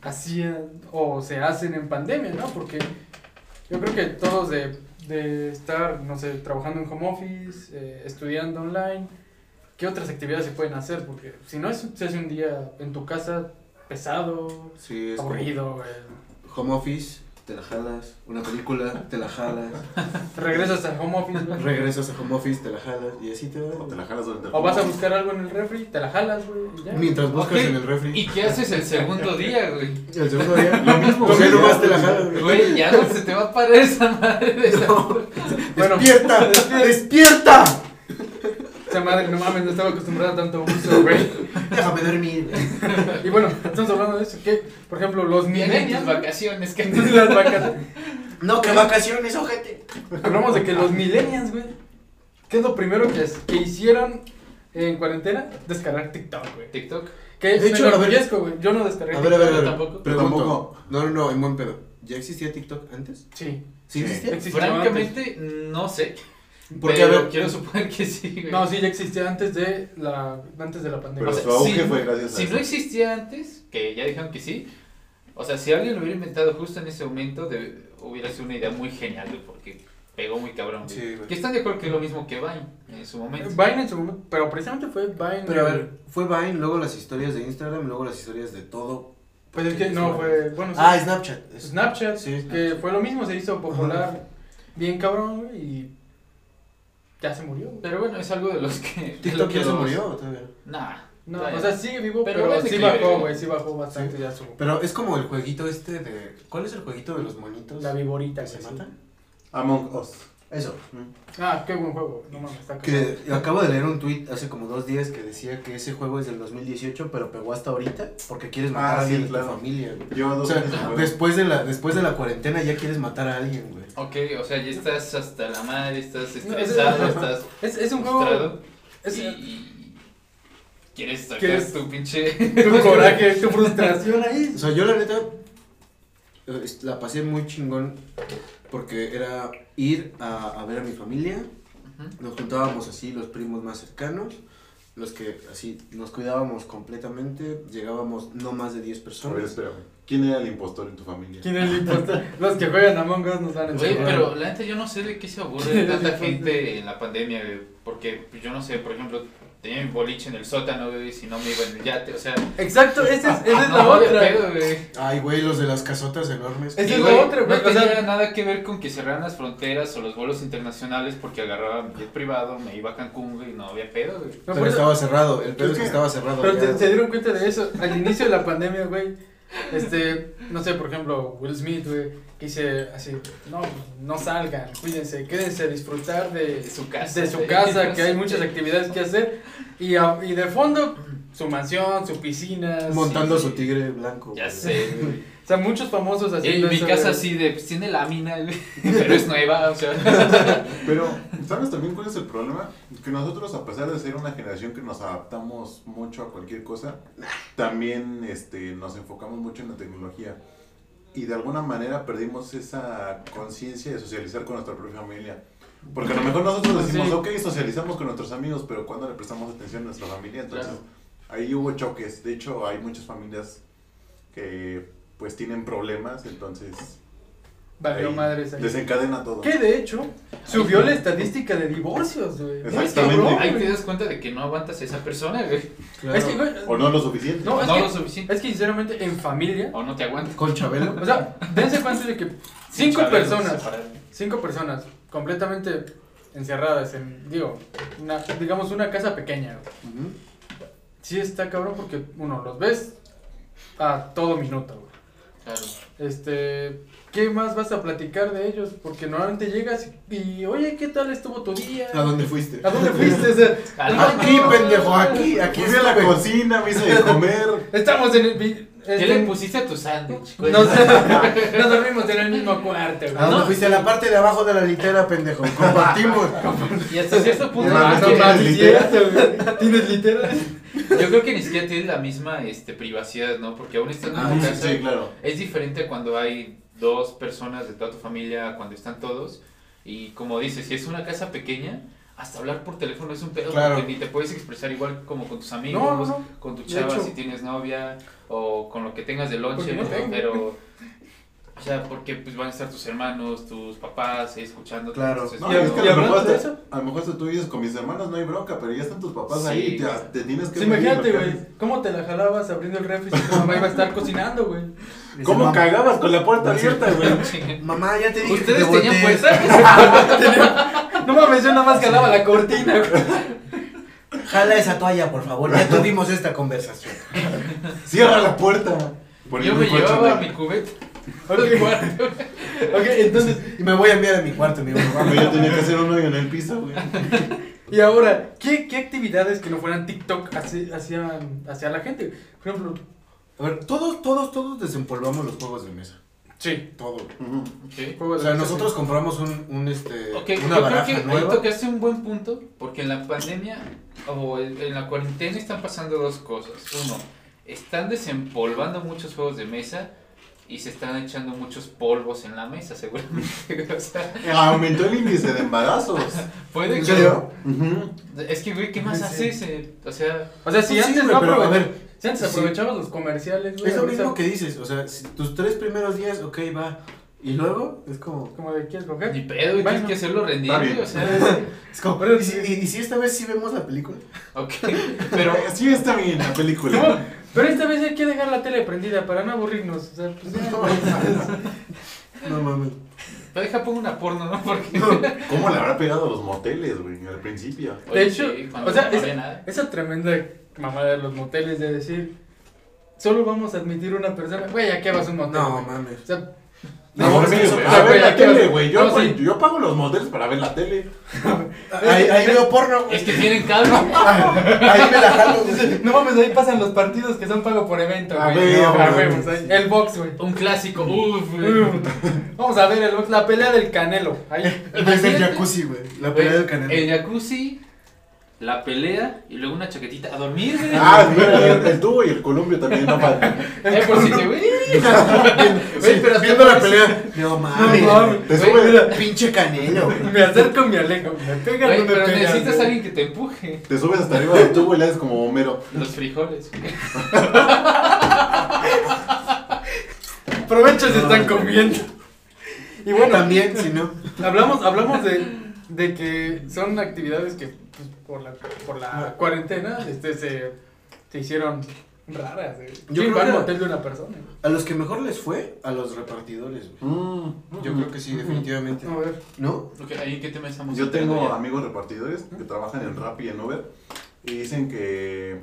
Speaker 2: hacían o se hacen en pandemia, no? Porque yo creo que todos de, de estar, no sé, trabajando en home office, eh, estudiando online, ¿qué otras actividades se pueden hacer? Porque si no, es, se hace un día en tu casa pesado,
Speaker 1: Sí, es como
Speaker 2: aburrido, güey.
Speaker 1: home office, te la jalas, una película, te la jalas,
Speaker 2: regresas al home office, güey.
Speaker 1: regresas a home office, te la jalas, y así te va.
Speaker 4: O te la jalas durante el
Speaker 2: O vas a
Speaker 4: juego.
Speaker 2: buscar algo en el refri, te la jalas, güey, y ya.
Speaker 1: Mientras buscas
Speaker 3: Ok.
Speaker 1: en el refri.
Speaker 3: ¿Y qué haces el segundo día, güey?
Speaker 1: El segundo día, lo mismo,
Speaker 4: Lo
Speaker 1: güey,
Speaker 4: mismo.
Speaker 1: nomás te la jalas, güey.
Speaker 3: Güey, ya no se te va a parar esa madre de la-
Speaker 2: Bueno,
Speaker 1: ¡Despierta! ¡Despierta!
Speaker 2: esa madre, no mames, no estaba acostumbrada a tanto uso, güey.
Speaker 1: Déjame dormir.
Speaker 2: Y bueno, estamos hablando de eso. Que, por ejemplo, los
Speaker 3: Vienen
Speaker 2: millennials.
Speaker 3: tus vacaciones, que
Speaker 2: güey, las vacaciones.
Speaker 1: No, que vacaciones, ojete.
Speaker 2: Hablamos de que los millennials, güey. ¿Qué es lo primero que, es- que hicieron en cuarentena? Descargar TikTok, güey.
Speaker 3: TikTok.
Speaker 2: Que
Speaker 1: De
Speaker 2: de
Speaker 1: hecho,
Speaker 2: hecho,
Speaker 1: a ver-
Speaker 2: güey. Yo no descargué.
Speaker 1: A ver, a ver, a ver.
Speaker 3: ¿Tampoco?
Speaker 1: Pero
Speaker 4: Tampoco.
Speaker 1: tampoco. No, no, no, en buen pedo. ¿Ya existía TikTok antes?
Speaker 2: TikTok. Sí.
Speaker 1: ¿Sí
Speaker 4: Sí.
Speaker 1: existía?
Speaker 2: Existió
Speaker 3: Francamente, no sé.
Speaker 1: Porque,
Speaker 3: pero
Speaker 1: a ver-
Speaker 3: quiero suponer que sí, güey.
Speaker 2: antes. No, sí, ya existía antes de la, antes de la pandemia.
Speaker 4: Pero
Speaker 3: O sea,
Speaker 4: su auge
Speaker 3: si-
Speaker 4: fue gracias a
Speaker 3: Si
Speaker 4: eso.
Speaker 3: no existía antes, que ya dijeron que sí, o sea, si alguien lo hubiera inventado justo en ese momento, de- hubiera sido una idea muy genial, güey, porque pegó muy cabrón. güey.
Speaker 1: Sí, güey.
Speaker 3: Que están de acuerdo que es lo mismo que Vine en su momento.
Speaker 2: Vine en su momento. Pero precisamente fue Vine.
Speaker 1: Pero a ver, fue Vine, luego las historias de Instagram, luego las historias de todo.
Speaker 2: Pues es que no, fue. Bueno, sí.
Speaker 1: Ah, Snapchat. Es-
Speaker 2: Snapchat.
Speaker 1: Sí.
Speaker 2: Que fue lo mismo, se hizo popular. Bien cabrón, güey. Y. Ya se murió, güey.
Speaker 3: Pero bueno, es algo de los que. de lo
Speaker 1: ¿TikTok
Speaker 3: que
Speaker 1: ya se
Speaker 3: los-
Speaker 1: murió o todavía?
Speaker 3: Nah.
Speaker 2: No,
Speaker 3: todavía
Speaker 2: o sea, sigue vivo,
Speaker 3: Pero
Speaker 2: pero,
Speaker 3: vende
Speaker 2: sí
Speaker 3: que-
Speaker 2: bajó, güey, sí bajó bastante ya su...
Speaker 1: Pero es como el jueguito este de. ¿Cuál es el jueguito de los monitos?
Speaker 2: La viborita
Speaker 1: que se
Speaker 2: güey,
Speaker 1: mata.
Speaker 2: sí.
Speaker 4: Among Us.
Speaker 1: Eso.
Speaker 2: Ah, qué buen juego, no mames, está
Speaker 1: Que acabo de leer un tweet hace como dos días que decía que ese juego es del 2018, pero pegó hasta ahorita porque quieres matar
Speaker 4: Ah,
Speaker 1: a alguien
Speaker 4: sí,
Speaker 1: de
Speaker 4: claro.
Speaker 1: tu familia, güey.
Speaker 4: Yo
Speaker 1: O
Speaker 4: dos
Speaker 1: sea,
Speaker 4: veces jugué.
Speaker 1: después de, la, después de la cuarentena ya quieres matar a alguien, güey.
Speaker 3: Ok, o sea, ya estás hasta la madre, estás
Speaker 2: No, es-
Speaker 3: estresado, estás
Speaker 2: Es, es un juego...
Speaker 3: frustrado.
Speaker 2: Es,
Speaker 3: y, y quieres sacar
Speaker 2: ¿Quieres-
Speaker 3: tu pinche.
Speaker 2: tu coraje, tu frustración ahí.
Speaker 1: O sea, yo la neta eh, est- la pasé muy chingón porque era ir a, a ver a mi familia,
Speaker 3: Ujú.
Speaker 1: nos juntábamos así los primos más cercanos, los que así nos cuidábamos completamente, llegábamos no más de 10
Speaker 4: A ver,
Speaker 1: personas.
Speaker 4: espérame. ¿Quién era el impostor en tu familia?
Speaker 2: ¿Quién es el impostor? Los que juegan Among Us nos van a
Speaker 3: Güey,
Speaker 2: enseñar.
Speaker 3: pero la neta yo no sé de qué se aburre tanta gente en la pandemia, güey, porque pues, yo no sé, por ejemplo, tenía mi boliche en el sótano, güey, si no me iba en el yate, o sea,
Speaker 2: Exacto, esa es, esa es
Speaker 3: no,
Speaker 2: la
Speaker 3: de
Speaker 2: otra.
Speaker 3: pedo, güey.
Speaker 1: Ay, güey, los de las casotas enormes.
Speaker 2: Es- Esa
Speaker 3: Y,
Speaker 2: la otra, güey,
Speaker 3: No
Speaker 2: o sea-
Speaker 3: tenía nada que ver con que cerraran las fronteras o los vuelos internacionales porque agarraba mi jet privado, me iba a Cancún, güey, no había pedo, güey.
Speaker 2: No,
Speaker 1: Pero
Speaker 2: por eso-
Speaker 1: estaba cerrado, el pedo
Speaker 4: Es
Speaker 1: es que
Speaker 4: que-
Speaker 1: estaba cerrado.
Speaker 2: Pero
Speaker 1: ya.
Speaker 2: te- se dieron cuenta de eso. Al inicio de la pandemia, güey. Este, no sé, por ejemplo, Will Smith, güey, que dice así: No, no salgan, cuídense, quédense a disfrutar de
Speaker 3: De su casa.
Speaker 2: de su
Speaker 3: güey.
Speaker 2: casa, que hay muchas actividades que hacer. Y, a- y de fondo, su mansión, su piscina.
Speaker 1: Montando
Speaker 3: sí,
Speaker 1: su
Speaker 3: sí.
Speaker 1: tigre blanco.
Speaker 3: Ya
Speaker 1: güey.
Speaker 3: sé, güey.
Speaker 2: O sea, muchos famosos
Speaker 3: Y
Speaker 2: haciendo
Speaker 3: mi
Speaker 2: eso,
Speaker 3: casa
Speaker 2: güey.
Speaker 3: así de, pues tiene lámina, güey, pero es nueva, o sea.
Speaker 4: Pero, ¿sabes también cuál es el problema? Que nosotros, a pesar de ser una generación que nos adaptamos mucho a cualquier cosa, también este, nos enfocamos mucho en la tecnología. y de alguna manera perdimos esa conciencia de socializar con nuestra propia familia. Porque a lo mejor nosotros decimos,
Speaker 2: Sí.
Speaker 4: ok, socializamos con nuestros amigos, pero cuando le prestamos atención a nuestra familia? Entonces,
Speaker 3: Claro.
Speaker 4: ahí hubo choques. De hecho, hay muchas familias que pues tienen problemas, entonces
Speaker 2: Valió
Speaker 4: ahí
Speaker 2: madres ahí.
Speaker 4: desencadena todo.
Speaker 2: Que de hecho, subió la estadística de divorcios, güey. Muy
Speaker 4: Exactamente.
Speaker 2: cabrón,
Speaker 3: Ahí te
Speaker 2: güey.
Speaker 3: das cuenta de que no aguantas a esa persona, güey.
Speaker 1: Claro.
Speaker 2: Es que, güey,
Speaker 4: O no lo suficiente.
Speaker 2: No, es
Speaker 3: No
Speaker 2: que-
Speaker 3: lo suficiente.
Speaker 2: es que sinceramente, en familia,
Speaker 3: O no te aguantas.
Speaker 1: Con Chabelo.
Speaker 2: o sea, dense cuenta de que cinco
Speaker 3: Sin saberlo
Speaker 2: personas
Speaker 3: separar.
Speaker 2: Cinco personas completamente encerradas en, digo, una- digamos una casa pequeña. güey.
Speaker 1: Ujú.
Speaker 2: Sí está cabrón porque, uno, los ves a todo minuto, güey.
Speaker 3: Claro.
Speaker 2: Este, ¿qué más vas a platicar de ellos? Porque normalmente llegas y, oye, ¿qué tal estuvo tu día?
Speaker 1: ¿A dónde fuiste?
Speaker 2: ¿A dónde fuiste? O sea,
Speaker 3: Al
Speaker 2: no
Speaker 3: banco.
Speaker 1: Aquí,
Speaker 2: mames.
Speaker 1: pendejo, aquí, aquí
Speaker 4: Fui a la
Speaker 1: estuve.
Speaker 4: cocina, me hice de comer.
Speaker 2: Estamos en el... vi-
Speaker 3: ¿Qué
Speaker 2: este,
Speaker 3: le pusiste a tu sándwich? güey?
Speaker 2: nos, nos dormimos en el mismo cuarto, güey.
Speaker 1: ¿A dónde fuiste? A la parte de abajo de la litera, pendejo. Compartimos.
Speaker 3: Y hasta cierto punto.
Speaker 4: No,
Speaker 2: Ah,
Speaker 3: yo
Speaker 2: no
Speaker 3: creo que-
Speaker 2: mames,
Speaker 4: ¿Tienes
Speaker 2: sí, güey. ¿Tienes literal?
Speaker 3: Yo creo que ni siquiera tienes la misma este, privacidad, ¿no? Porque aún estando
Speaker 1: Ah,
Speaker 3: en tu
Speaker 1: sí,
Speaker 3: casa,
Speaker 4: Sí, claro.
Speaker 3: Es diferente cuando hay dos personas de toda tu familia, cuando están todos. Y como dices, si es una casa pequeña, hasta hablar por teléfono es un pedo.
Speaker 1: Claro.
Speaker 3: Porque ni te puedes expresar igual como con tus amigos,
Speaker 2: No, no, no.
Speaker 3: con tu
Speaker 2: De
Speaker 3: chava
Speaker 2: hecho.
Speaker 3: si tienes novia, o con lo que tengas de lonche.
Speaker 2: Porque no
Speaker 3: ¿no?
Speaker 2: tengo.
Speaker 3: Pero, o sea, porque pues van a estar tus hermanos, tus papás, escuchando.
Speaker 1: Claro.
Speaker 4: No,
Speaker 2: Y
Speaker 4: es que
Speaker 2: y
Speaker 4: a lo, mejor
Speaker 2: hablando de
Speaker 4: hasta- a lo mejor hasta tú dices con mis hermanos no hay bronca, pero ya están tus papás
Speaker 3: Sí,
Speaker 4: ahí y te,
Speaker 3: güey.
Speaker 4: te tienes que.
Speaker 2: Sí,
Speaker 4: medir
Speaker 2: Pues imagínate,
Speaker 4: lo que
Speaker 2: güey.
Speaker 4: haces.
Speaker 2: ¿Cómo te la jalabas abriendo el refri si tu mamá iba a estar cocinando, güey?
Speaker 4: ¿Cómo cagabas con la puerta
Speaker 1: Dice,
Speaker 4: abierta, güey?
Speaker 1: Mamá, ya te dije que te
Speaker 3: ¿Ustedes tenían
Speaker 1: voltees.
Speaker 3: fuerza?
Speaker 2: No mames, yo nada más jalaba la cortina, güey.
Speaker 1: Jala esa toalla, por favor. Ya tuvimos esta conversación.
Speaker 4: Cierra la puerta.
Speaker 3: Yo
Speaker 4: Poniendo
Speaker 3: me
Speaker 4: un colchón
Speaker 3: llevaba
Speaker 4: ahí.
Speaker 3: mi cubeta al
Speaker 2: Ok,
Speaker 3: cuarto.
Speaker 2: ok, entonces,
Speaker 1: Y me voy a enviar a mi cuarto, mi mamá.
Speaker 4: Güey, yo tenía que hacer uno y en el piso, güey.
Speaker 2: y ahora, ¿qué, qué actividades que no fueran TikTok hace- hacían hacia la gente? Por ejemplo,
Speaker 1: A ver, todos, todos, todos desempolvamos los juegos de mesa.
Speaker 2: sí,
Speaker 1: Todo.
Speaker 4: Ujú.
Speaker 3: Ok.
Speaker 1: O sea, nosotros compramos un, un este, una
Speaker 3: Ok, yo creo que
Speaker 1: baraja
Speaker 3: ahí
Speaker 1: nueva.
Speaker 3: tocaste un buen punto, porque en la pandemia o en en la cuarentena están pasando dos cosas. Uno, están desempolvando muchos juegos de mesa y se están echando muchos polvos en la mesa, seguramente. o sea,
Speaker 4: Aumentó el índice de embarazos.
Speaker 3: puede
Speaker 1: ¿En
Speaker 3: que.
Speaker 1: serio?
Speaker 4: Ujú.
Speaker 3: Es que, güey, ¿qué más
Speaker 2: Sí.
Speaker 3: haces? Eh, O sea,
Speaker 2: O sea,
Speaker 1: Pues Sí,
Speaker 2: si Pues antes
Speaker 1: güey,
Speaker 2: no
Speaker 1: pero, a
Speaker 2: aprove-
Speaker 1: ver,
Speaker 2: si antes
Speaker 1: sí.
Speaker 2: aprovechabas los comerciales, güey.
Speaker 1: es lo
Speaker 2: ahorita-
Speaker 1: mismo que dices. O sea, si tus tres primeros días, ok, va. Y luego es como.
Speaker 2: Como de, ¿quieres coger?
Speaker 3: ni pedo, y
Speaker 2: ¿Eh? Bueno.
Speaker 3: tienes que hacerlo
Speaker 4: Está
Speaker 3: rendible,
Speaker 4: bien.
Speaker 3: o sea.
Speaker 1: Es como ¿y, si, y- y si esta vez sí vemos la película?
Speaker 3: Ok,
Speaker 4: Pero
Speaker 3: pero.
Speaker 4: sí está bien la
Speaker 2: No,
Speaker 4: película.
Speaker 2: pero esta vez hay que dejar la tele prendida para no aburrirnos. O sea, pues, ya,
Speaker 1: No,
Speaker 2: güey.
Speaker 1: no mames.
Speaker 3: pero Deja pongo una porno, ¿no? Porque.
Speaker 4: ¿Cómo le habrá pegado a los moteles, güey? Al principio.
Speaker 2: De hecho,
Speaker 3: cuando
Speaker 2: o sea,
Speaker 3: no
Speaker 2: es-
Speaker 3: había nada.
Speaker 2: Esa tremenda mamada de los moteles de decir, solo vamos a admitir una persona. Güey, ¿a qué vas a un motel?
Speaker 1: No
Speaker 2: güey?
Speaker 1: mames.
Speaker 2: O sea,
Speaker 4: No,
Speaker 1: No,
Speaker 4: no,
Speaker 1: es que eso-
Speaker 4: para ver la
Speaker 2: aquí-
Speaker 4: tele, güey. Yo,
Speaker 2: No,
Speaker 4: pa-
Speaker 2: sí.
Speaker 4: yo pago los moteles para ver la tele.
Speaker 1: Ahí, ahí veo porno.
Speaker 3: Es que tienen cable.
Speaker 1: Ahí me la jalo. güey.
Speaker 2: no mames, ahí pasan los partidos que son pago por evento,
Speaker 4: A
Speaker 2: güey.
Speaker 4: huevo,
Speaker 2: No, a
Speaker 4: güey.
Speaker 2: huevo, o sea, El box, güey.
Speaker 3: Un clásico, uff,
Speaker 2: Uf. Vamos a ver el box, la pelea del Canelo. Ahí.
Speaker 1: Desde el jacuzzi, güey. La pelea del canal.
Speaker 3: El jacuzzi, la pelea y luego una chaquetita a dormir, güey.
Speaker 4: Ah, mira, el, el tubo y el columpio también no faltan.
Speaker 3: Eh, por si te, güey. Güey, pero hasta
Speaker 1: Viendo la
Speaker 3: parece-
Speaker 1: pelea. No mames.
Speaker 2: No mames.
Speaker 1: güey.
Speaker 4: Te
Speaker 3: Güey,
Speaker 4: sube,
Speaker 1: Pinche canelo, güey.
Speaker 2: Me acerco y me alejo. Me pega
Speaker 3: Güey,
Speaker 2: no me
Speaker 3: pero
Speaker 2: pega,
Speaker 3: necesitas
Speaker 2: güey.
Speaker 3: alguien que te empuje.
Speaker 4: te subes hasta arriba del tubo y le haces como Homero.
Speaker 3: Los frijoles. güey.
Speaker 2: Aprovecha si están
Speaker 1: No.
Speaker 2: comiendo. Y bueno,
Speaker 1: También, si no.
Speaker 2: Hablamos, hablamos de, de que son actividades que pues, por la, por
Speaker 1: Ah.
Speaker 2: la cuarentena este, se, se hicieron raras. eh.
Speaker 1: Yo creo
Speaker 2: ¿Quién va al
Speaker 1: que-
Speaker 2: motel de una persona?
Speaker 1: A los que mejor les fue, a los repartidores, güey. Mm,
Speaker 4: Mm.
Speaker 1: Yo creo que sí, definitivamente.
Speaker 2: A ver.
Speaker 1: ¿No?
Speaker 3: Ok, ¿ahí en qué tema estamos?
Speaker 4: Yo
Speaker 3: entrando
Speaker 4: tengo
Speaker 3: ya?
Speaker 4: amigos repartidores que trabajan en Rappi y en Uber y dicen que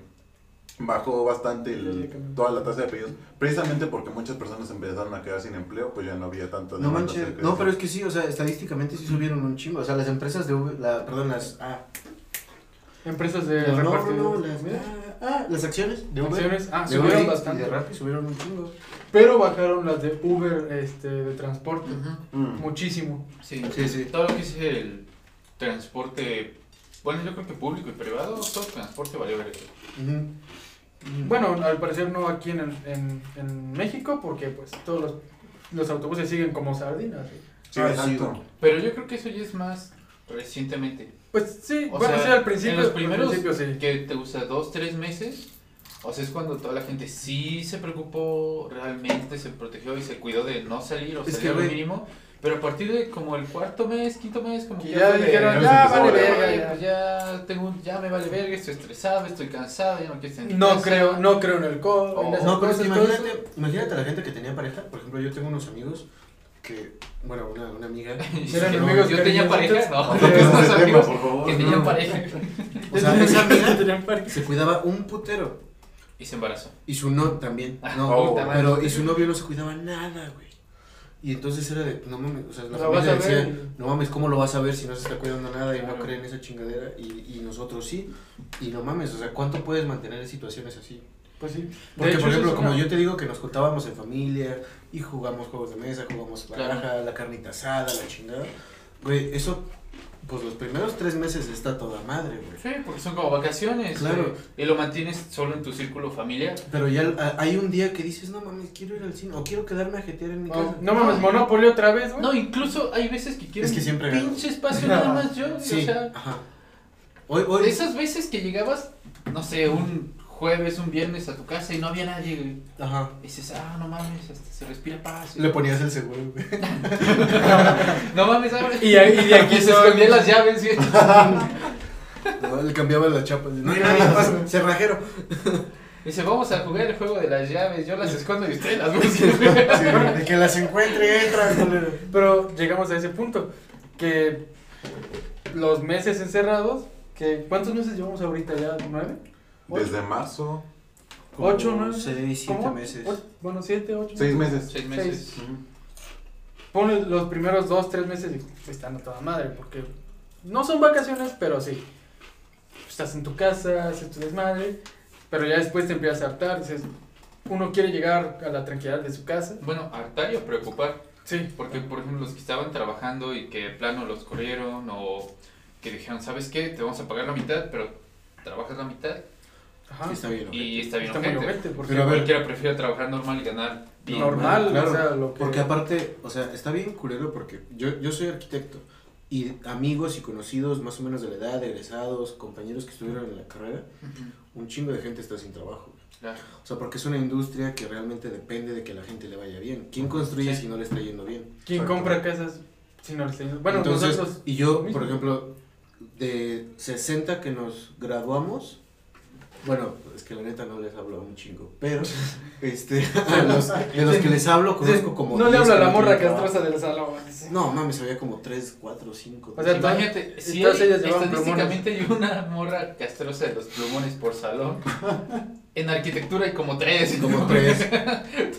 Speaker 4: bajó bastante el- toda la tasa de pedidos, precisamente porque muchas personas empezaron a quedar sin empleo, pues ya no había tanto
Speaker 1: No
Speaker 4: demanda
Speaker 1: manches.
Speaker 4: acerca de
Speaker 1: No,
Speaker 4: eso.
Speaker 1: pero es que sí, o sea, estadísticamente sí subieron un chingo. O sea, las empresas de Uber, la, perdón, las. Ah,
Speaker 2: Empresas de
Speaker 1: no, no, no, las,
Speaker 2: repartidores.
Speaker 1: ah, ah, las acciones de Uber.
Speaker 2: Acciones, ah,
Speaker 1: de
Speaker 2: subieron
Speaker 1: Uber Eats
Speaker 2: bastante.
Speaker 1: Y de Rappi subieron un chingo.
Speaker 2: Pero bajaron las de Uber este, de transporte.
Speaker 3: Ujú.
Speaker 4: Mm.
Speaker 2: Muchísimo.
Speaker 3: Sí,
Speaker 1: Sí, sí.
Speaker 3: Todo lo que es el transporte. Bueno, yo creo que público y privado, todo transporte valió ver.
Speaker 1: Ujú.
Speaker 2: Bueno, al parecer no aquí en, en, en México porque pues todos los los autobuses siguen como sardinas. eh. güey.
Speaker 4: Sí,
Speaker 1: Ah,
Speaker 4: exacto.
Speaker 1: sí.
Speaker 3: Pero yo creo que eso ya es más recientemente.
Speaker 2: Pues sí,
Speaker 3: O
Speaker 2: bueno,
Speaker 3: sea,
Speaker 2: sí, al principio.
Speaker 3: en los
Speaker 2: al
Speaker 3: primeros
Speaker 2: principio, sí.
Speaker 3: que te gusta dos, tres meses, o sea, es cuando toda la gente sí se preocupó realmente, se protegió y se cuidó de no salir o
Speaker 1: Es
Speaker 3: salir
Speaker 1: que,
Speaker 3: a lo
Speaker 1: güey.
Speaker 3: mínimo. Pero a partir de como el cuarto mes, quinto mes, como
Speaker 2: Que
Speaker 3: que
Speaker 2: ya
Speaker 3: fue de,
Speaker 2: dijeron,
Speaker 3: "Ay,
Speaker 4: "Ya, vale
Speaker 3: pues,
Speaker 2: verga,
Speaker 3: ay,
Speaker 2: ya".
Speaker 3: pues ya tengo un- ya me vale verga, estoy estresado, estoy cansado, ya no quiero estar en mi
Speaker 2: No
Speaker 3: casa".
Speaker 2: creo, no creo en el COVID. en
Speaker 3: Oh.
Speaker 2: esas
Speaker 1: No, pero es que
Speaker 2: cosas, todo eso.
Speaker 1: imagínate, imagínate a la gente que tenía pareja. Por ejemplo, yo tengo unos amigos que, bueno, una, una amiga.
Speaker 3: Sí,
Speaker 2: Eran
Speaker 1: no,
Speaker 2: amigos
Speaker 3: yo tenía
Speaker 2: cariñositos.
Speaker 3: pareja, no.
Speaker 4: No toques
Speaker 3: Unos
Speaker 4: ese tema,
Speaker 3: amigos
Speaker 4: por favor.
Speaker 3: que tenían pareja
Speaker 1: O sea, esa amiga
Speaker 2: Tenían parques.
Speaker 1: se cuidaba un putero.
Speaker 3: y se embarazó.
Speaker 1: Y su no también.
Speaker 2: Ah,
Speaker 1: No,
Speaker 4: Oh,
Speaker 3: puta madre.
Speaker 1: pero y su novio no se cuidaba nada, güey. Y entonces era de, no mames, o sea, la
Speaker 2: Lo vas
Speaker 1: familia
Speaker 2: a ver.
Speaker 1: decía, no mames, ¿cómo lo vas a ver si no se está cuidando nada y
Speaker 3: Claro.
Speaker 1: no cree en esa chingadera? Y, y nosotros sí. Y no mames, o sea, ¿cuánto puedes mantener en situaciones así?
Speaker 2: Pues sí. De
Speaker 1: Porque,
Speaker 2: hecho,
Speaker 1: por
Speaker 2: eso
Speaker 1: ejemplo,
Speaker 2: es
Speaker 1: como
Speaker 2: una-
Speaker 1: yo te digo que nos juntábamos en familia y jugamos juegos de mesa, jugamos
Speaker 3: Claro.
Speaker 1: baraja, la carnita asada, la chingada. Güey, eso, pues los primeros tres meses está toda madre, güey.
Speaker 3: Sí, porque son como vacaciones.
Speaker 1: Claro.
Speaker 3: güey, Y lo mantienes solo en tu círculo familiar.
Speaker 1: Pero ya a- hay un día que dices, no mames, quiero ir al cine o quiero quedarme a jetear en mi
Speaker 2: Oh, No,
Speaker 1: casa.
Speaker 2: no mames, Monopoly otra vez, güey.
Speaker 3: No, incluso hay veces que quiero
Speaker 1: Es que siempre
Speaker 3: un
Speaker 1: gano.
Speaker 3: pinche espacio nada más yo.
Speaker 1: Sí,
Speaker 3: O sea,
Speaker 1: ajá. Hoy, hoy,
Speaker 3: esas veces que llegabas, no sé, un jueves, un viernes a tu casa y no había nadie, güey.
Speaker 1: ajá.
Speaker 3: Y dices, ah, no mames, hasta se respira paz.
Speaker 1: Le ponías el seguro, güey.
Speaker 3: No mames, abre.
Speaker 2: Y, ahí- y de aquí
Speaker 3: se
Speaker 2: soy.
Speaker 3: escondían las llaves, güey.
Speaker 1: No, le cambiaba la chapa. No hay nadie más, cerrajero.
Speaker 3: Dice, vamos a jugar el juego de las llaves. Yo las escondo y ustedes las buscan, güey.
Speaker 1: Sí, de que las encuentre, entra, culero.
Speaker 2: Pero llegamos a ese punto. Que los meses encerrados. Que, ¿Cuántos meses llevamos ahorita ya? ¿Nueve?
Speaker 4: Desde marzo,
Speaker 1: Como
Speaker 2: Ocho, nueve,
Speaker 1: Seis, siete
Speaker 2: ¿Cómo?
Speaker 1: meses.
Speaker 2: Ocho- Bueno, siete, ocho.
Speaker 4: seis meses.
Speaker 3: Seis meses.
Speaker 2: Seis.
Speaker 4: Ujú.
Speaker 2: Ponle los primeros dos, tres meses y pues, están a toda madre, porque no son vacaciones, pero sí. Pues, Estás en tu casa, haces tu desmadre, pero ya después te empiezas a hartar, dices, uno quiere llegar a la tranquilidad de su casa.
Speaker 3: Bueno, hartar y a preocupar.
Speaker 2: Sí,
Speaker 3: Porque, por ejemplo, los que estaban trabajando y que de plano los corrieron o que dijeron, ¿sabes qué? Te vamos a pagar la mitad, pero trabajas la mitad
Speaker 2: ajá.
Speaker 1: Sí, está bien.
Speaker 3: y está bien
Speaker 2: Está muy
Speaker 3: ojete.
Speaker 2: ojete, porque
Speaker 1: Pero a ver,
Speaker 3: Cualquiera prefiere trabajar normal y ganar bien.
Speaker 2: normal,
Speaker 1: Normal,
Speaker 2: o
Speaker 1: claro,
Speaker 2: sea, lo que...
Speaker 1: Porque aparte, o sea, está bien culero porque yo, yo soy arquitecto y amigos y conocidos más o menos de la edad, egresados, compañeros que estuvieron en la carrera,
Speaker 3: Ujú,
Speaker 1: un chingo de gente está sin trabajo. güey.
Speaker 3: Claro.
Speaker 1: O sea, porque es una industria que realmente depende de que a la gente le vaya bien. ¿Quién construye
Speaker 3: Sí.
Speaker 1: si no le está yendo bien?
Speaker 2: ¿Quién
Speaker 4: Exacto.
Speaker 2: compra casas sin norteños? Bueno,
Speaker 1: Entonces,
Speaker 2: nosotros...
Speaker 1: y yo,
Speaker 2: mismo.
Speaker 1: por ejemplo, de 60 que nos graduamos, bueno, es que la neta no les hablo a un chingo, pero este, a los- de los que les hablo conozco como...
Speaker 2: no le
Speaker 1: 10
Speaker 2: habla
Speaker 1: que
Speaker 2: la morra
Speaker 1: tienen trabajo.
Speaker 2: castrosa del salón. así.
Speaker 1: No, mames, había como 3, 4, 5.
Speaker 2: O sea,
Speaker 3: Imagínate,
Speaker 2: todas-
Speaker 3: si
Speaker 2: todas
Speaker 3: hay-
Speaker 2: ellas llevaban
Speaker 3: estadísticamente hay una morra castrosa de los plumones por salón, en arquitectura hay como tres.
Speaker 1: como 3.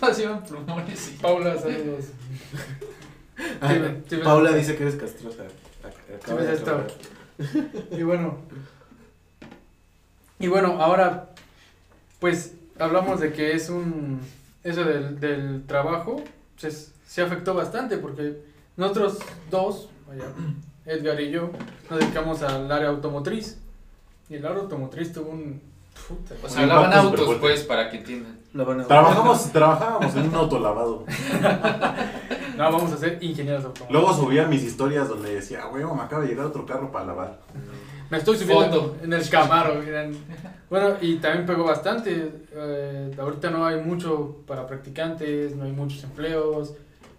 Speaker 3: Todas llevan plumones y...
Speaker 2: Paula, saludos. sí,
Speaker 1: Paula dice que eres castrosa. Ac- acaba
Speaker 2: ves
Speaker 1: de
Speaker 2: esto.
Speaker 1: acabar.
Speaker 2: Y bueno. Y bueno, ahora. Pues hablamos de que es un. Eso del, del trabajo. Se, se afectó bastante porque nosotros dos, vaya, Edgar y yo, nos dedicamos al área automotriz. Y el área automotriz tuvo un. Puta.
Speaker 3: O
Speaker 4: Un
Speaker 3: sea, lavan
Speaker 4: impacto
Speaker 3: autos,
Speaker 4: superfuerte.
Speaker 3: pues, para que entiendan.
Speaker 1: La van a-
Speaker 4: Trabajamos, trabajábamos en un autolavado.
Speaker 2: No, vamos a ser ingenieros automotrices.
Speaker 4: Luego subía mis historias donde decía, güey, me acaba de llegar otro carro para lavar.
Speaker 2: Me estoy subiendo
Speaker 3: Foto.
Speaker 2: en el Camaro. miren. Bueno, y también pegó bastante. eh, ahorita no hay mucho para practicantes, no hay muchos empleos,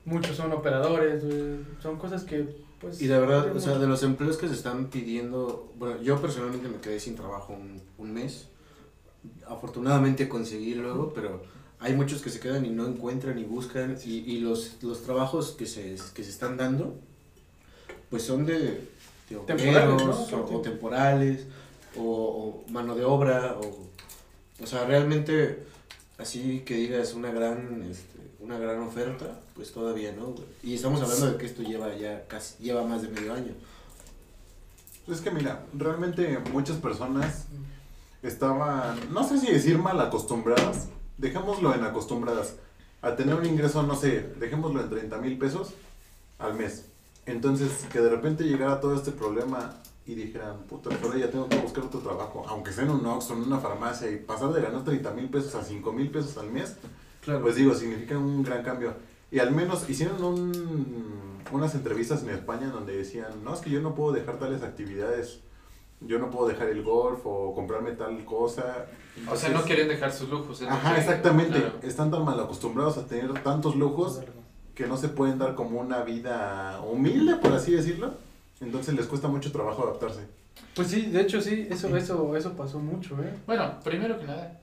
Speaker 2: muchos son operadores, eh, son cosas que pues...
Speaker 1: Y de verdad,
Speaker 2: no
Speaker 1: o sea,
Speaker 2: mucho.
Speaker 1: de los empleos que se están pidiendo, bueno, yo personalmente me quedé sin trabajo un, un mes. Afortunadamente conseguí luego, pero hay muchos que se quedan y no encuentran y buscan. Y, y los, los trabajos que se, que se están dando, pues son de, de
Speaker 2: Temporales,
Speaker 1: obreros
Speaker 2: ¿no?
Speaker 1: o, o temporales o, o mano de obra. O, o sea, realmente, así que digas una gran, este, una gran oferta, pues todavía no. güey. Y estamos hablando de que esto lleva ya casi, lleva más de medio año.
Speaker 4: Es que mira, realmente muchas personas estaban, no sé si decir mal acostumbradas, dejémoslo en acostumbradas, a tener un ingreso, no sé, dejémoslo en 30 mil pesos al mes. Entonces, que de repente llegara todo este problema y dijeran, puta, ahora ya tengo que buscar otro trabajo, aunque sea en un Oxxo, en una farmacia, y pasar de ganar 30 mil pesos a 5 mil pesos al mes,
Speaker 1: Claro.
Speaker 4: pues digo, significa un gran cambio. Y al menos hicieron un- unas entrevistas en España donde decían, no, es que yo no puedo dejar tales actividades, yo no puedo dejar el golf o comprarme tal cosa.
Speaker 3: O sea,
Speaker 4: Entonces-
Speaker 3: no quieren dejar sus lujos. es lo
Speaker 4: Ajá,
Speaker 3: que-
Speaker 4: exactamente.
Speaker 3: claro.
Speaker 4: Están tan mal acostumbrados a tener tantos lujos que no se pueden dar como una vida humilde, por así decirlo. Entonces les cuesta mucho trabajo adaptarse.
Speaker 2: Pues sí, de hecho sí, eso, eso, eso pasó mucho, ¿eh?
Speaker 3: Bueno, primero que nada,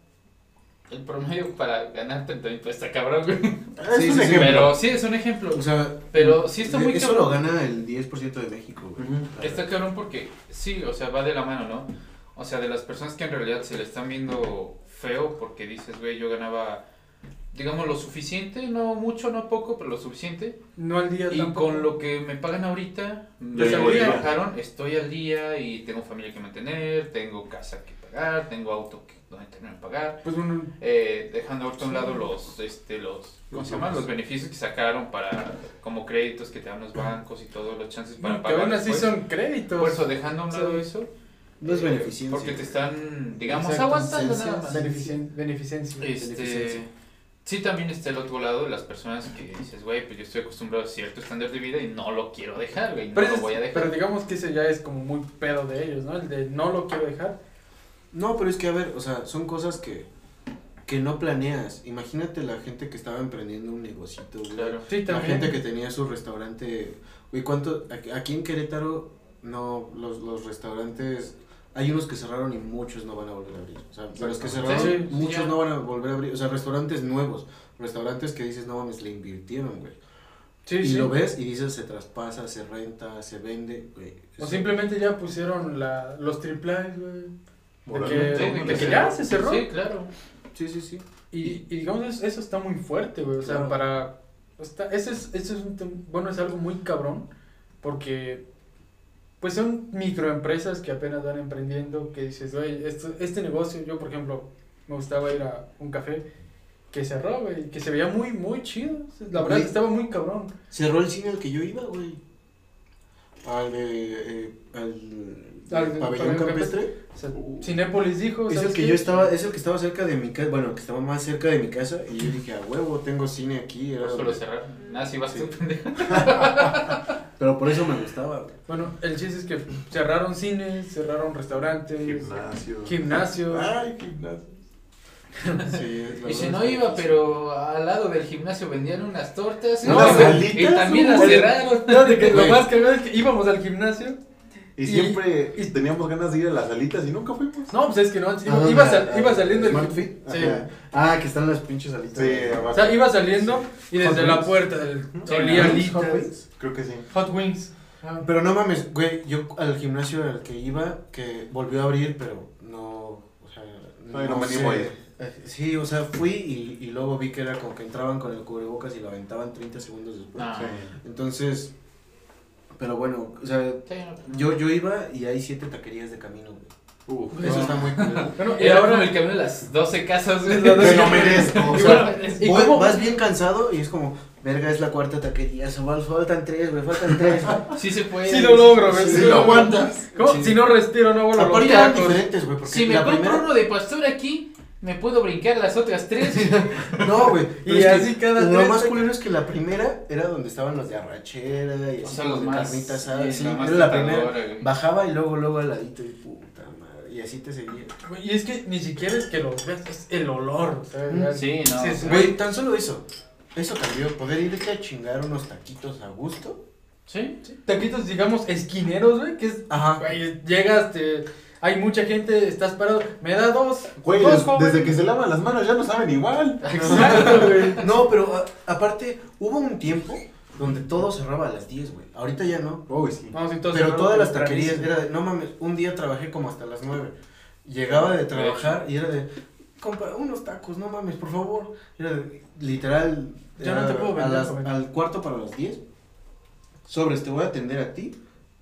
Speaker 3: el promedio para ganar 30 mil pesos está cabrón, güey.
Speaker 4: es
Speaker 1: sí,
Speaker 4: un
Speaker 1: sí,
Speaker 4: ejemplo.
Speaker 3: Pero sí, es un ejemplo.
Speaker 1: O sea, eh,
Speaker 3: Pero sí está muy
Speaker 1: eso lo
Speaker 3: cabrón.
Speaker 1: gana el 10% de México, güey.
Speaker 4: Ujú.
Speaker 3: Está cabrón porque sí, o sea, va de la mano, ¿no? O sea, de las personas que en realidad se le están viendo feo porque dices, güey, yo ganaba, digamos, lo suficiente, no mucho, no poco, pero lo suficiente.
Speaker 2: No al día
Speaker 3: Y
Speaker 2: tampoco.
Speaker 3: con lo que me pagan ahorita,
Speaker 4: Ya
Speaker 3: me
Speaker 4: está al día.
Speaker 3: trabajaron, estoy al día y tengo familia que mantener, tengo casa que pagar, tengo auto que donde tener que pagar.
Speaker 2: Pues bueno,
Speaker 3: Eh, dejando ahorita a un lado los, este, los, ¿cómo se llama? Los beneficios que sacaron para, como créditos que te dan los bancos y todo, los chances para
Speaker 2: que
Speaker 3: pagar.
Speaker 2: aún así
Speaker 3: después.
Speaker 2: son créditos.
Speaker 3: Por eso, dejando a un lado eso.
Speaker 1: No es
Speaker 3: eh,
Speaker 1: beneficencia.
Speaker 3: Porque te están, digamos,
Speaker 2: Exacto,
Speaker 3: aguantando
Speaker 1: sí,
Speaker 3: nada
Speaker 1: sí,
Speaker 3: más.
Speaker 1: sí.
Speaker 2: Beneficien- beneficencia.
Speaker 3: Este,
Speaker 1: Beneficencia.
Speaker 3: sí, también está el otro lado, las personas que dices, güey, pues yo estoy acostumbrado a cierto estándar de vida y no lo quiero dejar, güey, no
Speaker 2: Pero,
Speaker 3: lo
Speaker 2: ese-
Speaker 3: voy a
Speaker 2: pero
Speaker 3: dejar.
Speaker 2: digamos que ese ya es como muy pedo de ellos, ¿no? El de no lo quiero dejar.
Speaker 1: No, pero es que, a ver, o sea, son cosas que, que no planeas. Imagínate la gente que estaba emprendiendo un negocito, güey.
Speaker 3: Claro.
Speaker 2: Sí,
Speaker 1: La
Speaker 2: también.
Speaker 1: gente que tenía su restaurante. Güey, ¿cuánto? Aquí- Aquí en Querétaro, no, los, los restaurantes. Hay unos que cerraron y muchos no van a volver a abrir. O sea, de los que cerraron,
Speaker 3: Sí, sí,
Speaker 1: muchos
Speaker 3: ya.
Speaker 1: no van a volver a abrir. O sea, restaurantes nuevos. Restaurantes que dices, no mames, le invirtieron, güey.
Speaker 2: Sí,
Speaker 1: y
Speaker 2: sí.
Speaker 1: lo ves y dices, se traspasa, se renta, se vende, güey.
Speaker 2: O
Speaker 1: Eso-
Speaker 2: simplemente ya pusieron la, los triple A's, güey.
Speaker 4: Por
Speaker 2: De
Speaker 4: algo.
Speaker 2: que-
Speaker 3: Sí,
Speaker 4: Sí,
Speaker 3: de
Speaker 2: de
Speaker 3: que
Speaker 2: que ya se cerró.
Speaker 3: Sí, claro.
Speaker 1: Sí, sí, sí.
Speaker 2: Y, y digamos, es- eso está muy fuerte, güey. O sea,
Speaker 1: Claro.
Speaker 2: para. Está, ese es, ese es un tem- bueno, es algo muy cabrón. Porque. Pues son microempresas que apenas van emprendiendo. Que dices, güey, esto- este negocio. Yo, por ejemplo, me gustaba ir a un café que cerró, güey. Que se veía muy, muy chido. La verdad,
Speaker 1: Güey.
Speaker 2: estaba muy cabrón.
Speaker 1: Cerró el cine al que yo iba, güey. Al de. eh, al,
Speaker 2: Al
Speaker 1: del pabellón
Speaker 2: del pabellón
Speaker 1: campestre.
Speaker 2: O sea,
Speaker 4: Uh.
Speaker 2: Cinépolis dijo.
Speaker 1: Es el
Speaker 2: ¿sabes
Speaker 1: que
Speaker 2: qué?
Speaker 1: yo estaba, es el que estaba cerca de mi casa, bueno, que estaba más cerca de mi casa y yo dije, a huevo, tengo cine aquí. Era
Speaker 3: Por eso
Speaker 1: donde-
Speaker 3: lo cerraron. Nada, si vas
Speaker 1: Sí.
Speaker 3: tú, pendejo.
Speaker 1: Pero por eso me gustaba. güey.
Speaker 2: Bueno, el chiste es que cerraron cines, cerraron restaurantes,
Speaker 4: Gimnasio.
Speaker 2: gimnasios.
Speaker 1: Ay, gimnasio. Sí, es la
Speaker 3: Y si
Speaker 1: verdad
Speaker 3: no
Speaker 1: es que
Speaker 3: iba,
Speaker 1: sí.
Speaker 3: pero al lado del gimnasio vendían unas tortas.
Speaker 1: No,
Speaker 3: güey,
Speaker 1: unas
Speaker 3: y
Speaker 4: alitas,
Speaker 3: también las
Speaker 2: güey.
Speaker 3: cerraron.
Speaker 2: Fíjate que lo
Speaker 1: Güey.
Speaker 2: más cagado es que íbamos al gimnasio.
Speaker 4: Y
Speaker 2: Y-
Speaker 4: siempre
Speaker 2: y-
Speaker 4: teníamos ganas de ir a las alitas y nunca fuimos.
Speaker 2: No, pues es que no, iba,
Speaker 1: Ah,
Speaker 2: iba sal-
Speaker 1: ah,
Speaker 2: iba saliendo el
Speaker 1: Smart
Speaker 2: gim-
Speaker 1: Fit.
Speaker 2: Sí.
Speaker 1: Ajá. Ah, que están las pinches alitas.
Speaker 4: Sí,
Speaker 2: O
Speaker 4: abajo.
Speaker 2: sea, iba saliendo y
Speaker 1: Hot
Speaker 2: desde la
Speaker 1: Wheels.
Speaker 2: puerta del
Speaker 3: Sí,
Speaker 2: olía
Speaker 3: ¿no?
Speaker 2: alitas.
Speaker 1: Hot Wheels.
Speaker 4: Creo que sí.
Speaker 2: Hot Wings. Ah,
Speaker 1: Pero no mames, güey, yo al gimnasio al que iba, que volvió a abrir, pero no, o sea,
Speaker 4: Ay, no me animo a ir.
Speaker 1: Eh, Sí, o sea, fui y, y luego vi que era como que entraban con el cubrebocas y lo aventaban 30 segundos después.
Speaker 3: Ah.
Speaker 4: Sí.
Speaker 1: Entonces, pero bueno, o sea, yo, yo iba y hay siete taquerías de camino, güey. Pues
Speaker 4: Uf.
Speaker 2: Güey.
Speaker 1: Eso está muy cool.
Speaker 2: Bueno, y
Speaker 3: Era ahora en
Speaker 2: ahora
Speaker 3: el camino de las 12 casas. güey.
Speaker 2: Las
Speaker 4: Me
Speaker 2: 12
Speaker 4: lo merezco. o
Speaker 2: Y
Speaker 4: sea,
Speaker 2: bueno, ¿y
Speaker 1: Voy-
Speaker 2: cómo?
Speaker 1: Vas bien cansado y es como, verga, es la cuarta taquería, se va- faltan tres, güey, faltan tres.
Speaker 3: Sí se puede.
Speaker 2: Sí lo logro, güey.
Speaker 1: Sí,
Speaker 2: sí
Speaker 1: lo
Speaker 2: logro.
Speaker 1: aguantas.
Speaker 2: ¿Cómo?
Speaker 1: Sí.
Speaker 2: Si no respiro, no vuelvo a los
Speaker 1: Aparte eran
Speaker 2: tacos.
Speaker 1: diferentes, güey, porque
Speaker 3: Si me
Speaker 1: la
Speaker 3: compro
Speaker 1: primera...
Speaker 3: uno de pastor aquí, me puedo brincar las otras tres.
Speaker 1: No, güey. pero
Speaker 2: Y
Speaker 1: es que
Speaker 2: así cada
Speaker 1: Lo
Speaker 2: tres
Speaker 1: más
Speaker 2: sec-
Speaker 1: culero es que la primera era donde estaban los de arrachera y
Speaker 3: O
Speaker 1: así
Speaker 3: sea,
Speaker 1: como
Speaker 3: los
Speaker 1: de
Speaker 3: más-
Speaker 1: carnita asada.
Speaker 3: sí,
Speaker 1: Sí,
Speaker 3: la más
Speaker 1: era la
Speaker 3: tentadora,
Speaker 1: primera.
Speaker 3: güey.
Speaker 1: Bajaba y luego, luego al ladito y puta madre. Y así te seguía.
Speaker 2: Güey, Y es que ni siquiera es que los veas, es el olor. o sea,
Speaker 1: Mm.
Speaker 2: ya-
Speaker 3: Sí, no.
Speaker 2: Sí,
Speaker 3: o
Speaker 2: sí.
Speaker 3: sea,
Speaker 1: Güey, tan solo eso. Eso cambió. Poder irte a chingar unos taquitos a gusto.
Speaker 3: Sí.
Speaker 2: Taquitos, digamos, esquineros, güey, que es
Speaker 1: Ajá.
Speaker 2: Güey, llegas, te- hay mucha gente, estás parado, me da dos,
Speaker 4: Güey,
Speaker 2: dos,
Speaker 4: des-
Speaker 2: joven.
Speaker 4: desde que se lavan las manos ya no saben igual.
Speaker 2: Exacto, güey.
Speaker 1: No, pero a- aparte, hubo un tiempo donde todo cerraba a las 10, güey. Ahorita ya no.
Speaker 4: Uy, sí.
Speaker 2: No, sí, todos
Speaker 1: Pero
Speaker 2: cerraron
Speaker 1: todas las
Speaker 2: tempranísimo.
Speaker 1: taquerías era de, no mames, un día trabajé como hasta las 9. Llegaba de trabajar y era de, compra unos tacos, no mames, por favor. Era de, literal,
Speaker 2: Ya no
Speaker 1: era
Speaker 2: te puedo
Speaker 1: a
Speaker 2: vender,
Speaker 1: las-
Speaker 2: joven.
Speaker 1: al cuarto para las 10. Sobres, te voy a atender a ti,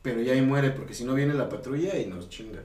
Speaker 1: pero ya ahí muere, porque si no viene la patrulla y nos chinga.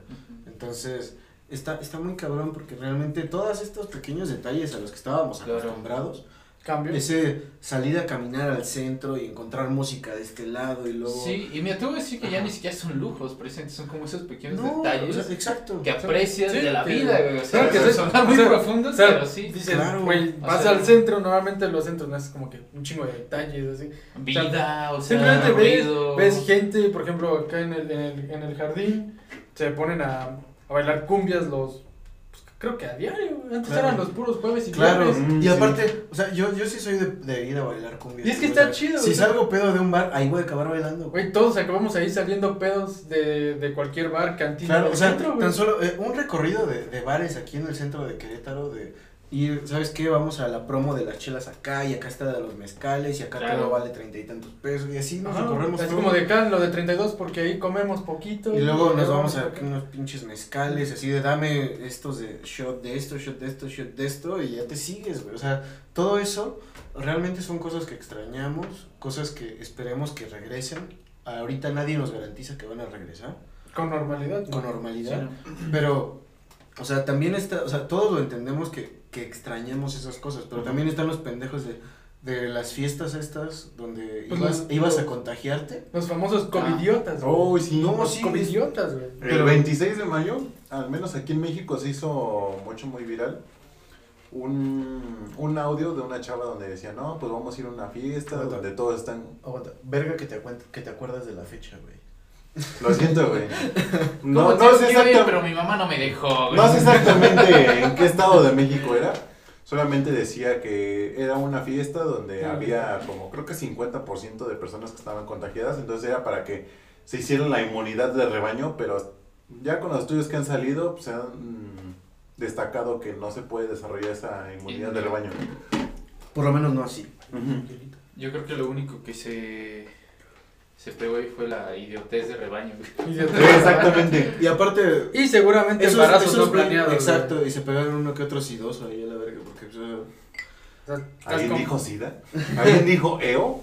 Speaker 1: Entonces, está, está muy cabrón porque realmente todos estos pequeños detalles a los que estábamos
Speaker 3: Claro.
Speaker 1: acostumbrados
Speaker 2: Cambio.
Speaker 1: Ese salir a caminar al centro y encontrar música de este lado y luego...
Speaker 3: Sí, y me atrevo a decir que ya ni siquiera son lujos presentes, son como esos pequeños
Speaker 1: No,
Speaker 3: detalles
Speaker 1: o sea, exacto.
Speaker 3: que aprecias
Speaker 2: Sí,
Speaker 3: de la
Speaker 2: que-
Speaker 3: vida, güey. O sea,
Speaker 2: claro que
Speaker 3: que
Speaker 2: sí.
Speaker 3: son
Speaker 2: O
Speaker 3: muy
Speaker 2: sea,
Speaker 3: profundos,
Speaker 2: o sea,
Speaker 3: pero sí.
Speaker 2: Dices,
Speaker 1: Claro.
Speaker 2: güey,
Speaker 3: O
Speaker 2: vas
Speaker 3: sea-
Speaker 2: al centro, normalmente los centros no es como que un chingo de detalles, así.
Speaker 3: Vida, o sea,
Speaker 2: Simplemente ves,
Speaker 3: ruido.
Speaker 2: ves gente, por ejemplo, acá en el, en el, en el jardín, se ponen a, a bailar cumbias los, pues, creo que a diario, güey. antes
Speaker 1: Claro.
Speaker 2: eran los puros jueves y
Speaker 1: Claro,
Speaker 2: viernes.
Speaker 4: Mm,
Speaker 1: y
Speaker 4: sí.
Speaker 1: aparte, o sea, yo, yo sí soy de, de ir a bailar con
Speaker 2: Y es que está chido,
Speaker 1: Si
Speaker 2: o sea.
Speaker 1: salgo pedo de un bar, ahí voy a acabar bailando. güey.
Speaker 2: Güey, todos acabamos ahí saliendo pedos de, de cualquier bar, cantina,
Speaker 1: Claro,
Speaker 2: del
Speaker 1: o sea,
Speaker 2: centro, güey.
Speaker 1: tan solo eh, un recorrido de, de bares aquí en el centro de Querétaro de ir, ¿sabes qué? Vamos a la promo de las chelas acá y acá está de los mezcales y acá
Speaker 3: Claro.
Speaker 1: todo vale treinta y tantos pesos y así nos
Speaker 2: Ajá,
Speaker 1: recorremos
Speaker 2: es
Speaker 1: todo.
Speaker 2: como de acá, lo de 32, porque ahí comemos poquito.
Speaker 1: Y luego nos vamos a unos pinches mezcales, así de dame estos de shot de esto, shot de esto, shot de esto, y ya te sigues, güey. O sea, todo eso realmente son cosas que extrañamos, cosas que esperemos que regresen. Ahorita nadie nos garantiza que van a regresar
Speaker 2: Con normalidad.
Speaker 1: con
Speaker 2: ¿no?
Speaker 3: Sí,
Speaker 1: normalidad,
Speaker 3: no.
Speaker 1: pero, o sea, también está, o sea, todos lo entendemos que, que extrañamos esas cosas, pero también están los pendejos de, de las fiestas estas donde
Speaker 2: Pues
Speaker 1: ibas,
Speaker 2: los-
Speaker 1: ibas a
Speaker 2: los-
Speaker 1: contagirte.
Speaker 2: Los famosos covidiotas, güey.
Speaker 4: Oh, sí.
Speaker 1: No,
Speaker 2: los
Speaker 1: Ah. sí,
Speaker 2: covidiotas, güey.
Speaker 4: El 26 de mayo, al menos aquí en México, se hizo mucho muy viral un, un audio de una chava donde decía, no, pues vamos a ir a una fiesta
Speaker 1: Claro.
Speaker 4: donde todos están...
Speaker 1: Aguanta, verga que te, acuent- que te acuerdas de la fecha, güey.
Speaker 4: Lo siento, güey.
Speaker 3: No,
Speaker 4: No, no es exacta-
Speaker 3: pero mi mamá no me dejó. güey.
Speaker 4: no sé exactamente en qué estado de México era. Solamente decía que era una fiesta donde había como creo que 50% de personas que estaban contagiadas. Entonces era para que se hiciera la inmunidad de rebaño. Pero ya con los estudios que han salido, pues, se han mm, destacado que no se puede desarrollar esa inmunidad de rebaño.
Speaker 1: Por lo menos no así.
Speaker 3: Yo creo que lo único que se se pegó ahí fue la idiotez de rebaño. güey.
Speaker 2: Idiotas.
Speaker 4: Sí, exactamente.
Speaker 1: Y aparte,
Speaker 2: Y seguramente
Speaker 1: esos-
Speaker 2: embarazos
Speaker 1: esos
Speaker 2: no
Speaker 1: güey-
Speaker 2: planeados. güey.
Speaker 1: Exacto, y se pegaron uno que otro sidoso ahí a la verga, porque o sea,
Speaker 2: O sea, estás
Speaker 4: ¿Alguien
Speaker 2: con-
Speaker 4: dijo SIDA? ¿Alguien dijo E EO?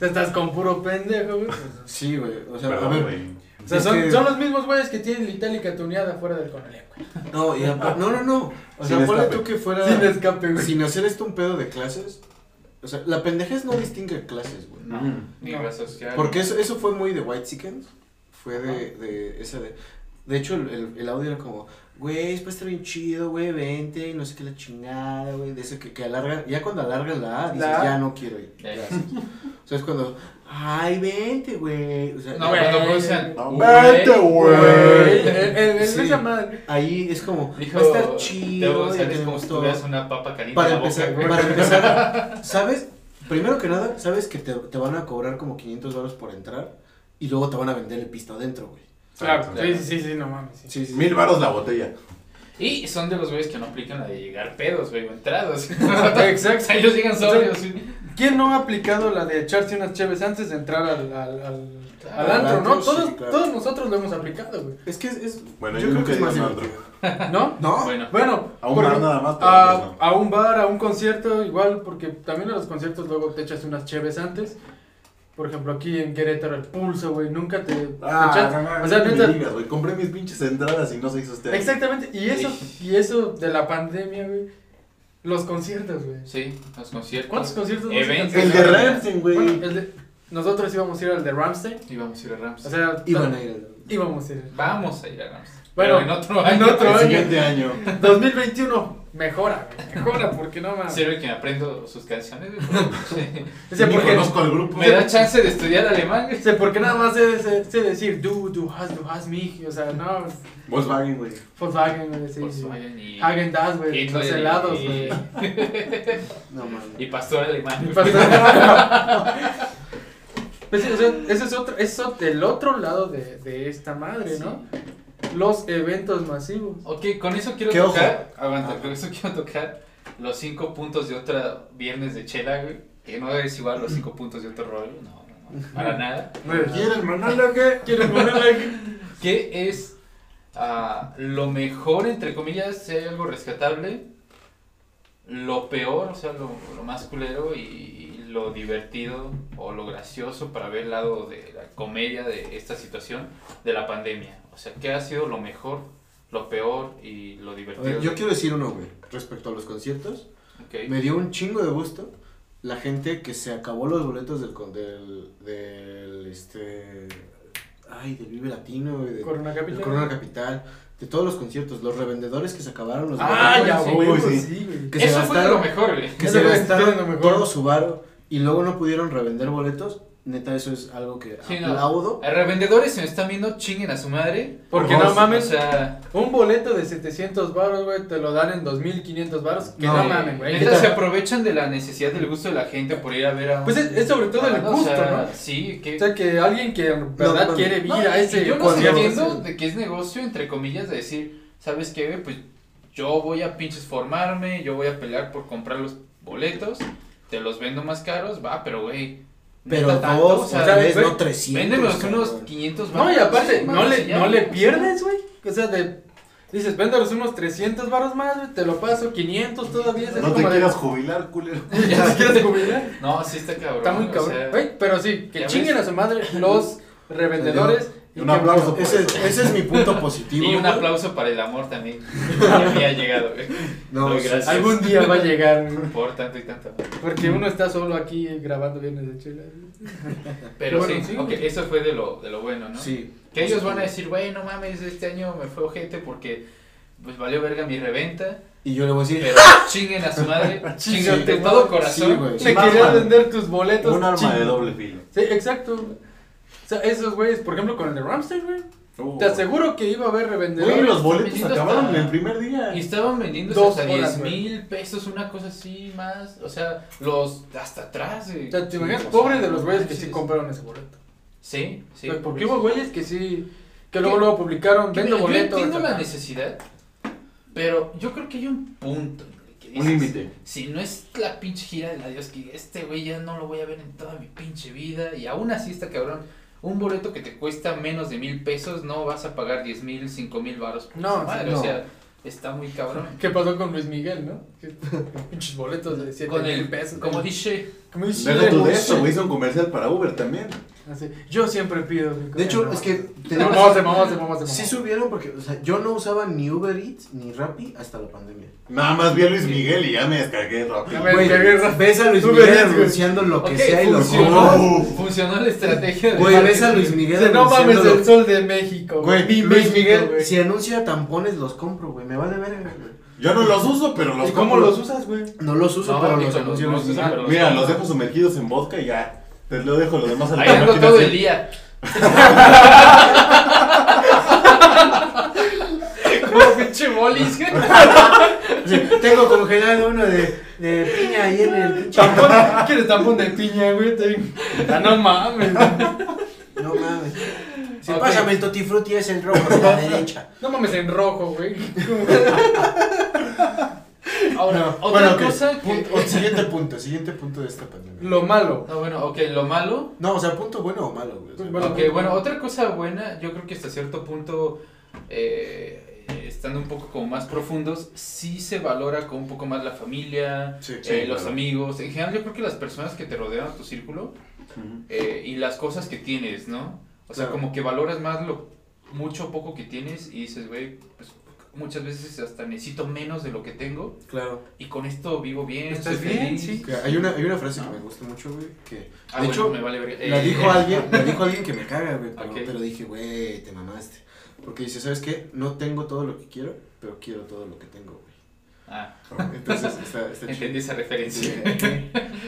Speaker 2: Estás con puro pendejo, güey. O
Speaker 1: sí, güey, o sea, a
Speaker 4: Perdón,
Speaker 1: ver,
Speaker 4: güey.
Speaker 2: sea,
Speaker 1: Es
Speaker 2: son,
Speaker 1: que-
Speaker 2: son los mismos güeyes que tienen la itálica tuneada fuera del Conalep, güey.
Speaker 1: no, y apa- no, no, no, o
Speaker 4: Sin
Speaker 1: sea, ponle
Speaker 4: escape.
Speaker 1: tú que fuera,
Speaker 2: Sin escape, güey.
Speaker 1: sin hacer esto un pedo de clases, o sea, la pendejez no distingue clases, güey,
Speaker 3: No,
Speaker 4: Mm.
Speaker 3: ni
Speaker 2: No.
Speaker 3: raza social.
Speaker 1: porque eso, eso fue muy de White Chickens, fue de, de esa de, de hecho, el, el, el audio era como, güey, después está bien chido, güey, vente, y no sé qué la chingada, güey, de eso que, que alargan, ya cuando alargan la A, dices,
Speaker 2: La A.
Speaker 1: ya no quiero ir,
Speaker 3: Ya.
Speaker 1: gracias, o sea, es cuando, ay, vente, güey, o sea,
Speaker 3: No, cuando
Speaker 2: Güey.
Speaker 3: producen.
Speaker 4: No,
Speaker 3: "Uy,
Speaker 4: vete, güey".
Speaker 2: Güey, el- el- el-
Speaker 1: Sí.
Speaker 2: Esa madre.
Speaker 1: Ahí es como,
Speaker 3: Dijo,
Speaker 1: va a estar
Speaker 3: Teo
Speaker 1: chido, ya
Speaker 3: González, como
Speaker 1: tenemos
Speaker 3: si
Speaker 1: todo.
Speaker 3: tuvieras una papa caliente en
Speaker 1: Para
Speaker 3: la boca,
Speaker 1: empezar,
Speaker 3: güey.
Speaker 1: para empezar, ¿sabes? Primero que nada, ¿sabes que te, te van a cobrar como 500 dólares por entrar? Y luego te van a vender el pisto adentro, güey.
Speaker 2: Claro,
Speaker 4: Exacto.
Speaker 2: sí, sí, sí, no mames. sí.
Speaker 1: Sí, sí.
Speaker 4: Mil varos la botella.
Speaker 3: Y son de los güeyes que no aplican la de llegar pedos, güey, o entrados. O
Speaker 2: Exacto.
Speaker 3: sea, ellos llegan sobrios. sí.
Speaker 2: ¿Quién no ha aplicado la de echarse unas cheves antes de entrar al, al, al,
Speaker 4: Ah,
Speaker 3: Claro.
Speaker 2: al antro, no?
Speaker 1: Al antro, sí,
Speaker 2: Todos,
Speaker 1: claro.
Speaker 2: todos nosotros lo hemos aplicado, güey.
Speaker 1: Es que es. es-
Speaker 4: Bueno, yo nunca he ido a un
Speaker 1: divertido.
Speaker 2: ¿No?
Speaker 1: ¿No?
Speaker 3: Bueno,
Speaker 2: Bueno,
Speaker 4: A un
Speaker 2: por
Speaker 4: bar
Speaker 2: ejemplo,
Speaker 4: nada más, pero
Speaker 2: a,
Speaker 4: pues no.
Speaker 2: a un bar, a un concierto, igual, porque también a los conciertos luego te echas unas cheves antes. Por ejemplo, aquí en Querétaro, el pulso, güey, nunca te, te echas- o sea,
Speaker 4: Ah, no me
Speaker 2: neta-
Speaker 4: digas, güey. Compré mis pinches entradas y no se hizo este. año.
Speaker 2: Exactamente, y eso, y eso de la pandemia, güey. Los conciertos, güey.
Speaker 3: sí, los conciertos.
Speaker 2: ¿Cuántos conciertos? no
Speaker 3: Eventos.
Speaker 2: se
Speaker 4: El de Ramsey, güey.
Speaker 2: Bueno, el de- nosotros íbamos a ir al de Ramstein.
Speaker 3: Y vamos a ir a Rams.
Speaker 2: O sea,
Speaker 1: Iban a ir. al-
Speaker 2: íbamos a ir.
Speaker 3: vamos a ir a Rams.
Speaker 2: Bueno,
Speaker 3: Pero en otro
Speaker 2: en
Speaker 3: año.
Speaker 2: otro
Speaker 4: el
Speaker 2: año.
Speaker 4: siguiente año.
Speaker 2: 2021, mejora, güey, mejora, porque no mames.
Speaker 3: Sirve que me aprendo sus canciones. güey. Sí.
Speaker 2: O sea,
Speaker 4: Ni
Speaker 2: porque,
Speaker 4: conozco al grupo.
Speaker 3: Me da chance de estudiar alemán. güey.
Speaker 2: o sea, porque nada más sé, sé- sé decir du, du, has, du, has, mich. O sea, no,
Speaker 4: Volkswagen, güey.
Speaker 2: Volkswagen, güey, sí.
Speaker 3: Volkswagen y.
Speaker 2: Hagen Dazs, güey, los
Speaker 3: Hitler y-
Speaker 2: helados,
Speaker 3: y-
Speaker 2: güey.
Speaker 1: No mames.
Speaker 3: Y pastor alemán.
Speaker 2: Pues, sí, o sea, ese es otro, ese es ot- el otro lado de, de esta madre, ¿no? Los eventos masivos.
Speaker 3: Ok, con eso quiero
Speaker 1: ¿Qué ojo?
Speaker 3: tocar. Aguanta,
Speaker 1: Ah.
Speaker 3: con eso quiero tocar los cinco puntos de otra viernes de chela, güey. Que no es igual los cinco puntos de otro rollo, no, no, no, para nada.
Speaker 2: ¿Quieres mandarlo qué? ¿Quieres mandarlo qué?
Speaker 3: ¿Qué es ah, lo mejor, entre comillas, si hay algo rescatable? Lo peor, o sea, lo, lo más culero y, y lo divertido o lo gracioso para ver el lado de la comedia de esta situación de la pandemia. O sea, ¿qué ha sido lo mejor, lo peor y lo
Speaker 1: A
Speaker 3: divertido?
Speaker 1: ver, yo quiero decir uno, güey, respecto a los conciertos.
Speaker 3: Ok.
Speaker 1: Me dio un chingo de gusto la gente que se acabó los boletos del, con- del, del, este, ay, del Vive Latino, y del-
Speaker 2: Corona
Speaker 1: del
Speaker 2: Capital.
Speaker 1: Corona Capital, de todos los conciertos, los revendedores que se acabaron los
Speaker 2: Ah,
Speaker 1: boletos,
Speaker 2: ya,
Speaker 1: sí,
Speaker 2: güey.
Speaker 4: Uy,
Speaker 2: pues
Speaker 4: sí.
Speaker 2: sí, güey.
Speaker 1: que se
Speaker 3: Eso fue de lo
Speaker 1: gastaron,
Speaker 3: mejor, güey.
Speaker 1: que
Speaker 2: Es
Speaker 1: se
Speaker 2: lo que
Speaker 1: gastaron
Speaker 2: estoy dando mejor.
Speaker 1: todo su varo y luego no pudieron revender boletos, neta, eso es algo que
Speaker 3: Sí, no. Eh,
Speaker 1: aplaudo.
Speaker 3: A Revendedores, si me están viendo, chinguen a su madre.
Speaker 2: Porque
Speaker 4: Por
Speaker 2: no
Speaker 4: favor,
Speaker 2: mames,
Speaker 3: O sea,
Speaker 2: un boleto de 700 baros, güey, te lo dan en 2500 baros. Que no,
Speaker 1: No,
Speaker 2: mames, güey.
Speaker 3: neta, se aprovechan de la necesidad del gusto de la gente por ir a ver a un-
Speaker 2: Pues es, es sobre todo el
Speaker 3: Ah, o
Speaker 2: gusto,
Speaker 3: sea,
Speaker 2: ¿no?
Speaker 3: Sí, que...
Speaker 2: O sea, que alguien que en verdad
Speaker 1: mames.
Speaker 2: quiere ir
Speaker 3: No,
Speaker 2: a
Speaker 3: y-
Speaker 2: ese
Speaker 3: y yo no
Speaker 1: cuando-
Speaker 3: entiendo de que es negocio, entre comillas, de decir, ¿sabes qué, güey? Pues yo voy a pinches formarme, yo voy a pelear por comprar los boletos, te los vendo más caros, va, pero güey.
Speaker 1: Pero
Speaker 3: neta
Speaker 1: dos,
Speaker 3: tanto, o sea,
Speaker 2: sea,
Speaker 1: tres,
Speaker 2: güey,
Speaker 1: no 300.
Speaker 3: véndemelos unos
Speaker 1: cabrón.
Speaker 3: 500
Speaker 2: No, y
Speaker 3: varos,
Speaker 2: aparte,
Speaker 3: sí,
Speaker 2: no
Speaker 3: mames,
Speaker 2: le,
Speaker 3: y ya,
Speaker 2: no le
Speaker 3: güey.
Speaker 2: pierdes, güey. O sea, de, dices, véndalos unos 300 baros más, güey, te lo paso, 500 todavía. es
Speaker 4: No te
Speaker 2: como de-
Speaker 4: quieras jubilar, culero.
Speaker 2: Ya te quieres jubilar.
Speaker 3: No, sí está cabrón.
Speaker 2: Está muy
Speaker 3: o
Speaker 2: cabrón.
Speaker 3: sea,
Speaker 2: Güey, pero sí, que
Speaker 3: ya
Speaker 2: chinguen a su madre los revendedores. y
Speaker 4: Un
Speaker 2: que-
Speaker 4: aplauso.
Speaker 1: Ese, ese es mi punto positivo.
Speaker 3: y un
Speaker 1: güey.
Speaker 3: aplauso para el amor también. que había llegado, güey.
Speaker 1: No,
Speaker 3: Doy
Speaker 1: sí,
Speaker 3: gracias.
Speaker 2: Algún día va a llegar, güey,
Speaker 3: Por tanto y tanto. amor.
Speaker 2: porque uno está solo aquí grabando Viernes de Chile.
Speaker 3: Pero
Speaker 2: Bueno,
Speaker 3: sí,
Speaker 2: sí,
Speaker 3: ok,
Speaker 2: güey.
Speaker 3: eso fue de lo, de lo bueno, ¿no?
Speaker 1: Sí.
Speaker 3: Que ellos van a decir, güey, no mames, este año me fue ojete porque pues valió verga mi reventa,
Speaker 1: Y yo le voy a decir.
Speaker 3: pero chinguen a su madre, chinguen de
Speaker 1: sí,
Speaker 3: todo
Speaker 1: sí,
Speaker 3: corazón.
Speaker 1: güey.
Speaker 2: Me
Speaker 4: más,
Speaker 2: querías
Speaker 4: güey.
Speaker 2: vender tus boletos.
Speaker 4: Un arma
Speaker 2: ching-
Speaker 4: de doble filo.
Speaker 2: Sí, exacto. O sea, esos güeyes, por ejemplo, con el de Ramstein, güey.
Speaker 3: Oh.
Speaker 4: Uh.
Speaker 2: Te aseguro que iba a haber revendedores.
Speaker 4: Güey, los boletos
Speaker 3: Vendiendo
Speaker 4: acabaron
Speaker 3: hasta-
Speaker 4: en el primer día.
Speaker 3: y estaban vendiendo
Speaker 2: Dos
Speaker 3: hasta
Speaker 2: bolas,
Speaker 3: 10
Speaker 2: güey.
Speaker 3: mil pesos, una cosa así más, o sea, los hasta atrás. güey.
Speaker 2: O sea, te imaginas,
Speaker 3: Sí, o
Speaker 2: pobre
Speaker 3: sea,
Speaker 2: de los güeyes que
Speaker 3: manches.
Speaker 2: sí compraron ese boleto.
Speaker 3: Sí, sí.
Speaker 2: O sea, porque
Speaker 3: pobres.
Speaker 2: hubo güeyes que sí, que luego
Speaker 3: Que-
Speaker 2: luego publicaron,
Speaker 3: Que
Speaker 2: vendo
Speaker 3: mira, Yo
Speaker 2: boletos.
Speaker 3: entiendo la
Speaker 2: acá.
Speaker 3: necesidad, pero yo creo que hay un punto. en el que
Speaker 4: Un
Speaker 3: dices,
Speaker 4: límite.
Speaker 3: Si no es la pinche gira del adiós, que este güey ya no lo voy a ver en toda mi pinche vida. Y aún así está cabrón. Un boleto que te cuesta menos de mil pesos, no vas a pagar diez mil, cinco mil baros. por
Speaker 2: No,
Speaker 3: esa madre,
Speaker 1: no.
Speaker 3: o sea, está muy cabrón.
Speaker 2: ¿Qué pasó con Luis Miguel, no? Que- Pinches boletos de 7
Speaker 3: Con
Speaker 2: mil
Speaker 3: el
Speaker 2: pesos.
Speaker 3: como dice,
Speaker 2: Como dice-
Speaker 4: Deja tú de eso, güey. Hizo un comercial para Uber también.
Speaker 2: Así, Yo siempre pido. mi
Speaker 1: De hecho,
Speaker 2: comida.
Speaker 1: es que.
Speaker 2: Se
Speaker 1: tenemos-
Speaker 2: mamó, se mamó, se mamó, se mamó.
Speaker 1: Sí subieron porque, o sea, yo no usaba ni Uber Eats ni Rappi hasta la pandemia.
Speaker 4: Nada más vi a Luis Miguel y ya me descargué rápido.
Speaker 2: Ya me descargué Rappi.
Speaker 1: ves a Luis
Speaker 2: Uber
Speaker 1: Miguel
Speaker 2: Eats, güey.
Speaker 1: anunciando lo que
Speaker 3: ok,
Speaker 1: sea y lo
Speaker 3: funcionó,
Speaker 1: compras.
Speaker 4: compras.
Speaker 3: funcionó la estrategia de
Speaker 1: Güey, ves
Speaker 3: marketing.
Speaker 1: a Luis Miguel
Speaker 2: Dice, no
Speaker 1: anunciando
Speaker 2: mames,
Speaker 1: lo-
Speaker 2: el sol de México.
Speaker 1: Güey,
Speaker 2: mi
Speaker 1: Luis
Speaker 2: México,
Speaker 1: Miguel,
Speaker 2: güey.
Speaker 1: si anuncia tampones los compro, güey, me vale verga. güey.
Speaker 4: Yo no los uso, pero los
Speaker 2: ¿Y cómo
Speaker 4: compro.
Speaker 2: los usas, güey?
Speaker 1: No los uso,
Speaker 3: No,
Speaker 1: pero
Speaker 3: ni
Speaker 1: los
Speaker 3: con los
Speaker 1: anuncio Luis
Speaker 3: dos,
Speaker 1: Miguel.
Speaker 3: pero los
Speaker 4: Mira,
Speaker 3: dos.
Speaker 4: los dejo sumergidos en vodka y ya. Te lo dejo los demás a la
Speaker 3: Ahí ando
Speaker 4: máquina
Speaker 3: todo
Speaker 4: así.
Speaker 3: el día.
Speaker 2: Como pinche bolis.
Speaker 1: Sí, Tengo congelado uno de, de piña ahí en el pinche.
Speaker 2: Tampón, ¿Quieres tampón de piña, güey? Te- Ah, no mames.
Speaker 1: No mames. Si
Speaker 2: Ok.
Speaker 1: pásame el Tutti Frutti es el rojo de la derecha.
Speaker 2: No mames en rojo, güey.
Speaker 3: Ahora,
Speaker 1: No,
Speaker 3: otra
Speaker 1: bueno, ok,
Speaker 3: cosa que-
Speaker 1: punto- siguiente punto, siguiente punto de esta pandemia.
Speaker 2: Lo malo.
Speaker 3: No, bueno, ok, lo malo
Speaker 1: No, o sea, punto bueno o malo, güey. o sea,
Speaker 2: Bueno,
Speaker 3: Ok,
Speaker 2: muy
Speaker 3: bueno,
Speaker 2: bueno.
Speaker 3: otra cosa buena, yo creo que hasta cierto punto, eh, estando un poco como más profundos, sí se valora con un poco más la familia,
Speaker 1: sí.
Speaker 4: Sí,
Speaker 3: eh, los
Speaker 4: claro.
Speaker 3: amigos, en general yo creo que las personas que te rodean, tu círculo,
Speaker 4: Ujú.
Speaker 3: eh, y las cosas que tienes, ¿no? O sea,
Speaker 1: Claro.
Speaker 3: como que valoras más lo mucho o poco que tienes y dices, güey, pues muchas veces hasta necesito menos de lo que tengo
Speaker 1: Claro.
Speaker 3: y con esto vivo bien.
Speaker 2: ¿Estás
Speaker 3: soy
Speaker 2: bien?
Speaker 3: feliz.
Speaker 2: Sí.
Speaker 1: Que Hay una, hay una frase
Speaker 3: No.
Speaker 1: que me gusta mucho, güey, que
Speaker 3: Ah,
Speaker 1: De
Speaker 3: bueno,
Speaker 1: hecho,
Speaker 3: me vale verga.
Speaker 1: la
Speaker 3: Eh,
Speaker 1: dijo alguien, la dijo alguien que me caga, güey, pero,
Speaker 3: Ok.
Speaker 1: pero dije, güey, te mamaste. Porque dice, ¿sabes qué? No tengo todo lo que quiero, pero quiero todo lo que tengo,
Speaker 3: Ah,
Speaker 1: güey. Entonces, está, está chido.
Speaker 3: entendí esa referencia.
Speaker 1: Sí,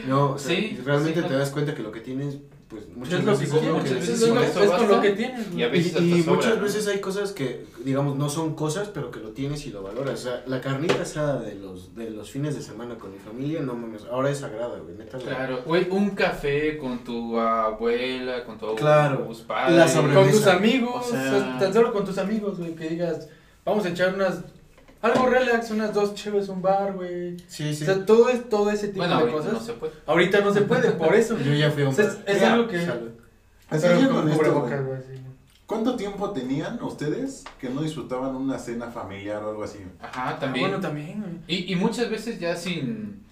Speaker 1: No, o sea,
Speaker 3: Sí,
Speaker 1: realmente
Speaker 3: sí.
Speaker 1: te das cuenta que lo que tienes, pues muchas
Speaker 2: Es lo que
Speaker 1: veces es
Speaker 2: como,
Speaker 1: lo que
Speaker 3: muchas veces
Speaker 1: necesitas.
Speaker 2: es lo-
Speaker 3: con
Speaker 2: es
Speaker 3: eso
Speaker 2: con lo
Speaker 3: basta.
Speaker 2: que tienes.
Speaker 3: Y a
Speaker 2: güey.
Speaker 3: veces hasta
Speaker 1: Y, y
Speaker 3: sobra,
Speaker 1: muchas
Speaker 3: ¿no?
Speaker 1: veces hay cosas que, digamos, no son cosas, pero que lo tienes y lo valoras. O sea, la carnita asada de los, de los fines de semana con mi familia, no mames, ahora es sagrada, güey, neta. la-
Speaker 3: Claro, güey, un café con tu abuela, con tu abuelo,
Speaker 1: Claro.
Speaker 3: tus padres.
Speaker 1: La sobremesa.
Speaker 2: Con tus amigos,
Speaker 3: O sea-
Speaker 2: tan solo con tus amigos, güey, que digas, vamos a echar unas algo relax, unas dos cheves, un bar, güey.
Speaker 1: Sí, sí.
Speaker 2: O sea, todo es todo ese tipo
Speaker 3: Bueno,
Speaker 2: de
Speaker 3: ahorita
Speaker 2: cosas.
Speaker 3: no se puede.
Speaker 2: Ahorita no se puede, por eso.
Speaker 1: Yo ya fui a un
Speaker 2: O sea, es-
Speaker 1: bar.
Speaker 2: es
Speaker 1: Ya,
Speaker 2: algo que-
Speaker 1: salud.
Speaker 4: Así
Speaker 2: Pero
Speaker 4: que
Speaker 2: con
Speaker 4: con esto,
Speaker 2: cubrebocas,
Speaker 4: güey.
Speaker 2: güey. así, güey.
Speaker 4: ¿Cuánto tiempo tenían ustedes que no disfrutaban una cena familiar o algo así?
Speaker 3: Ajá,
Speaker 2: Ah,
Speaker 3: también.
Speaker 2: Bueno, también, güey.
Speaker 3: y, y muchas veces ya sin,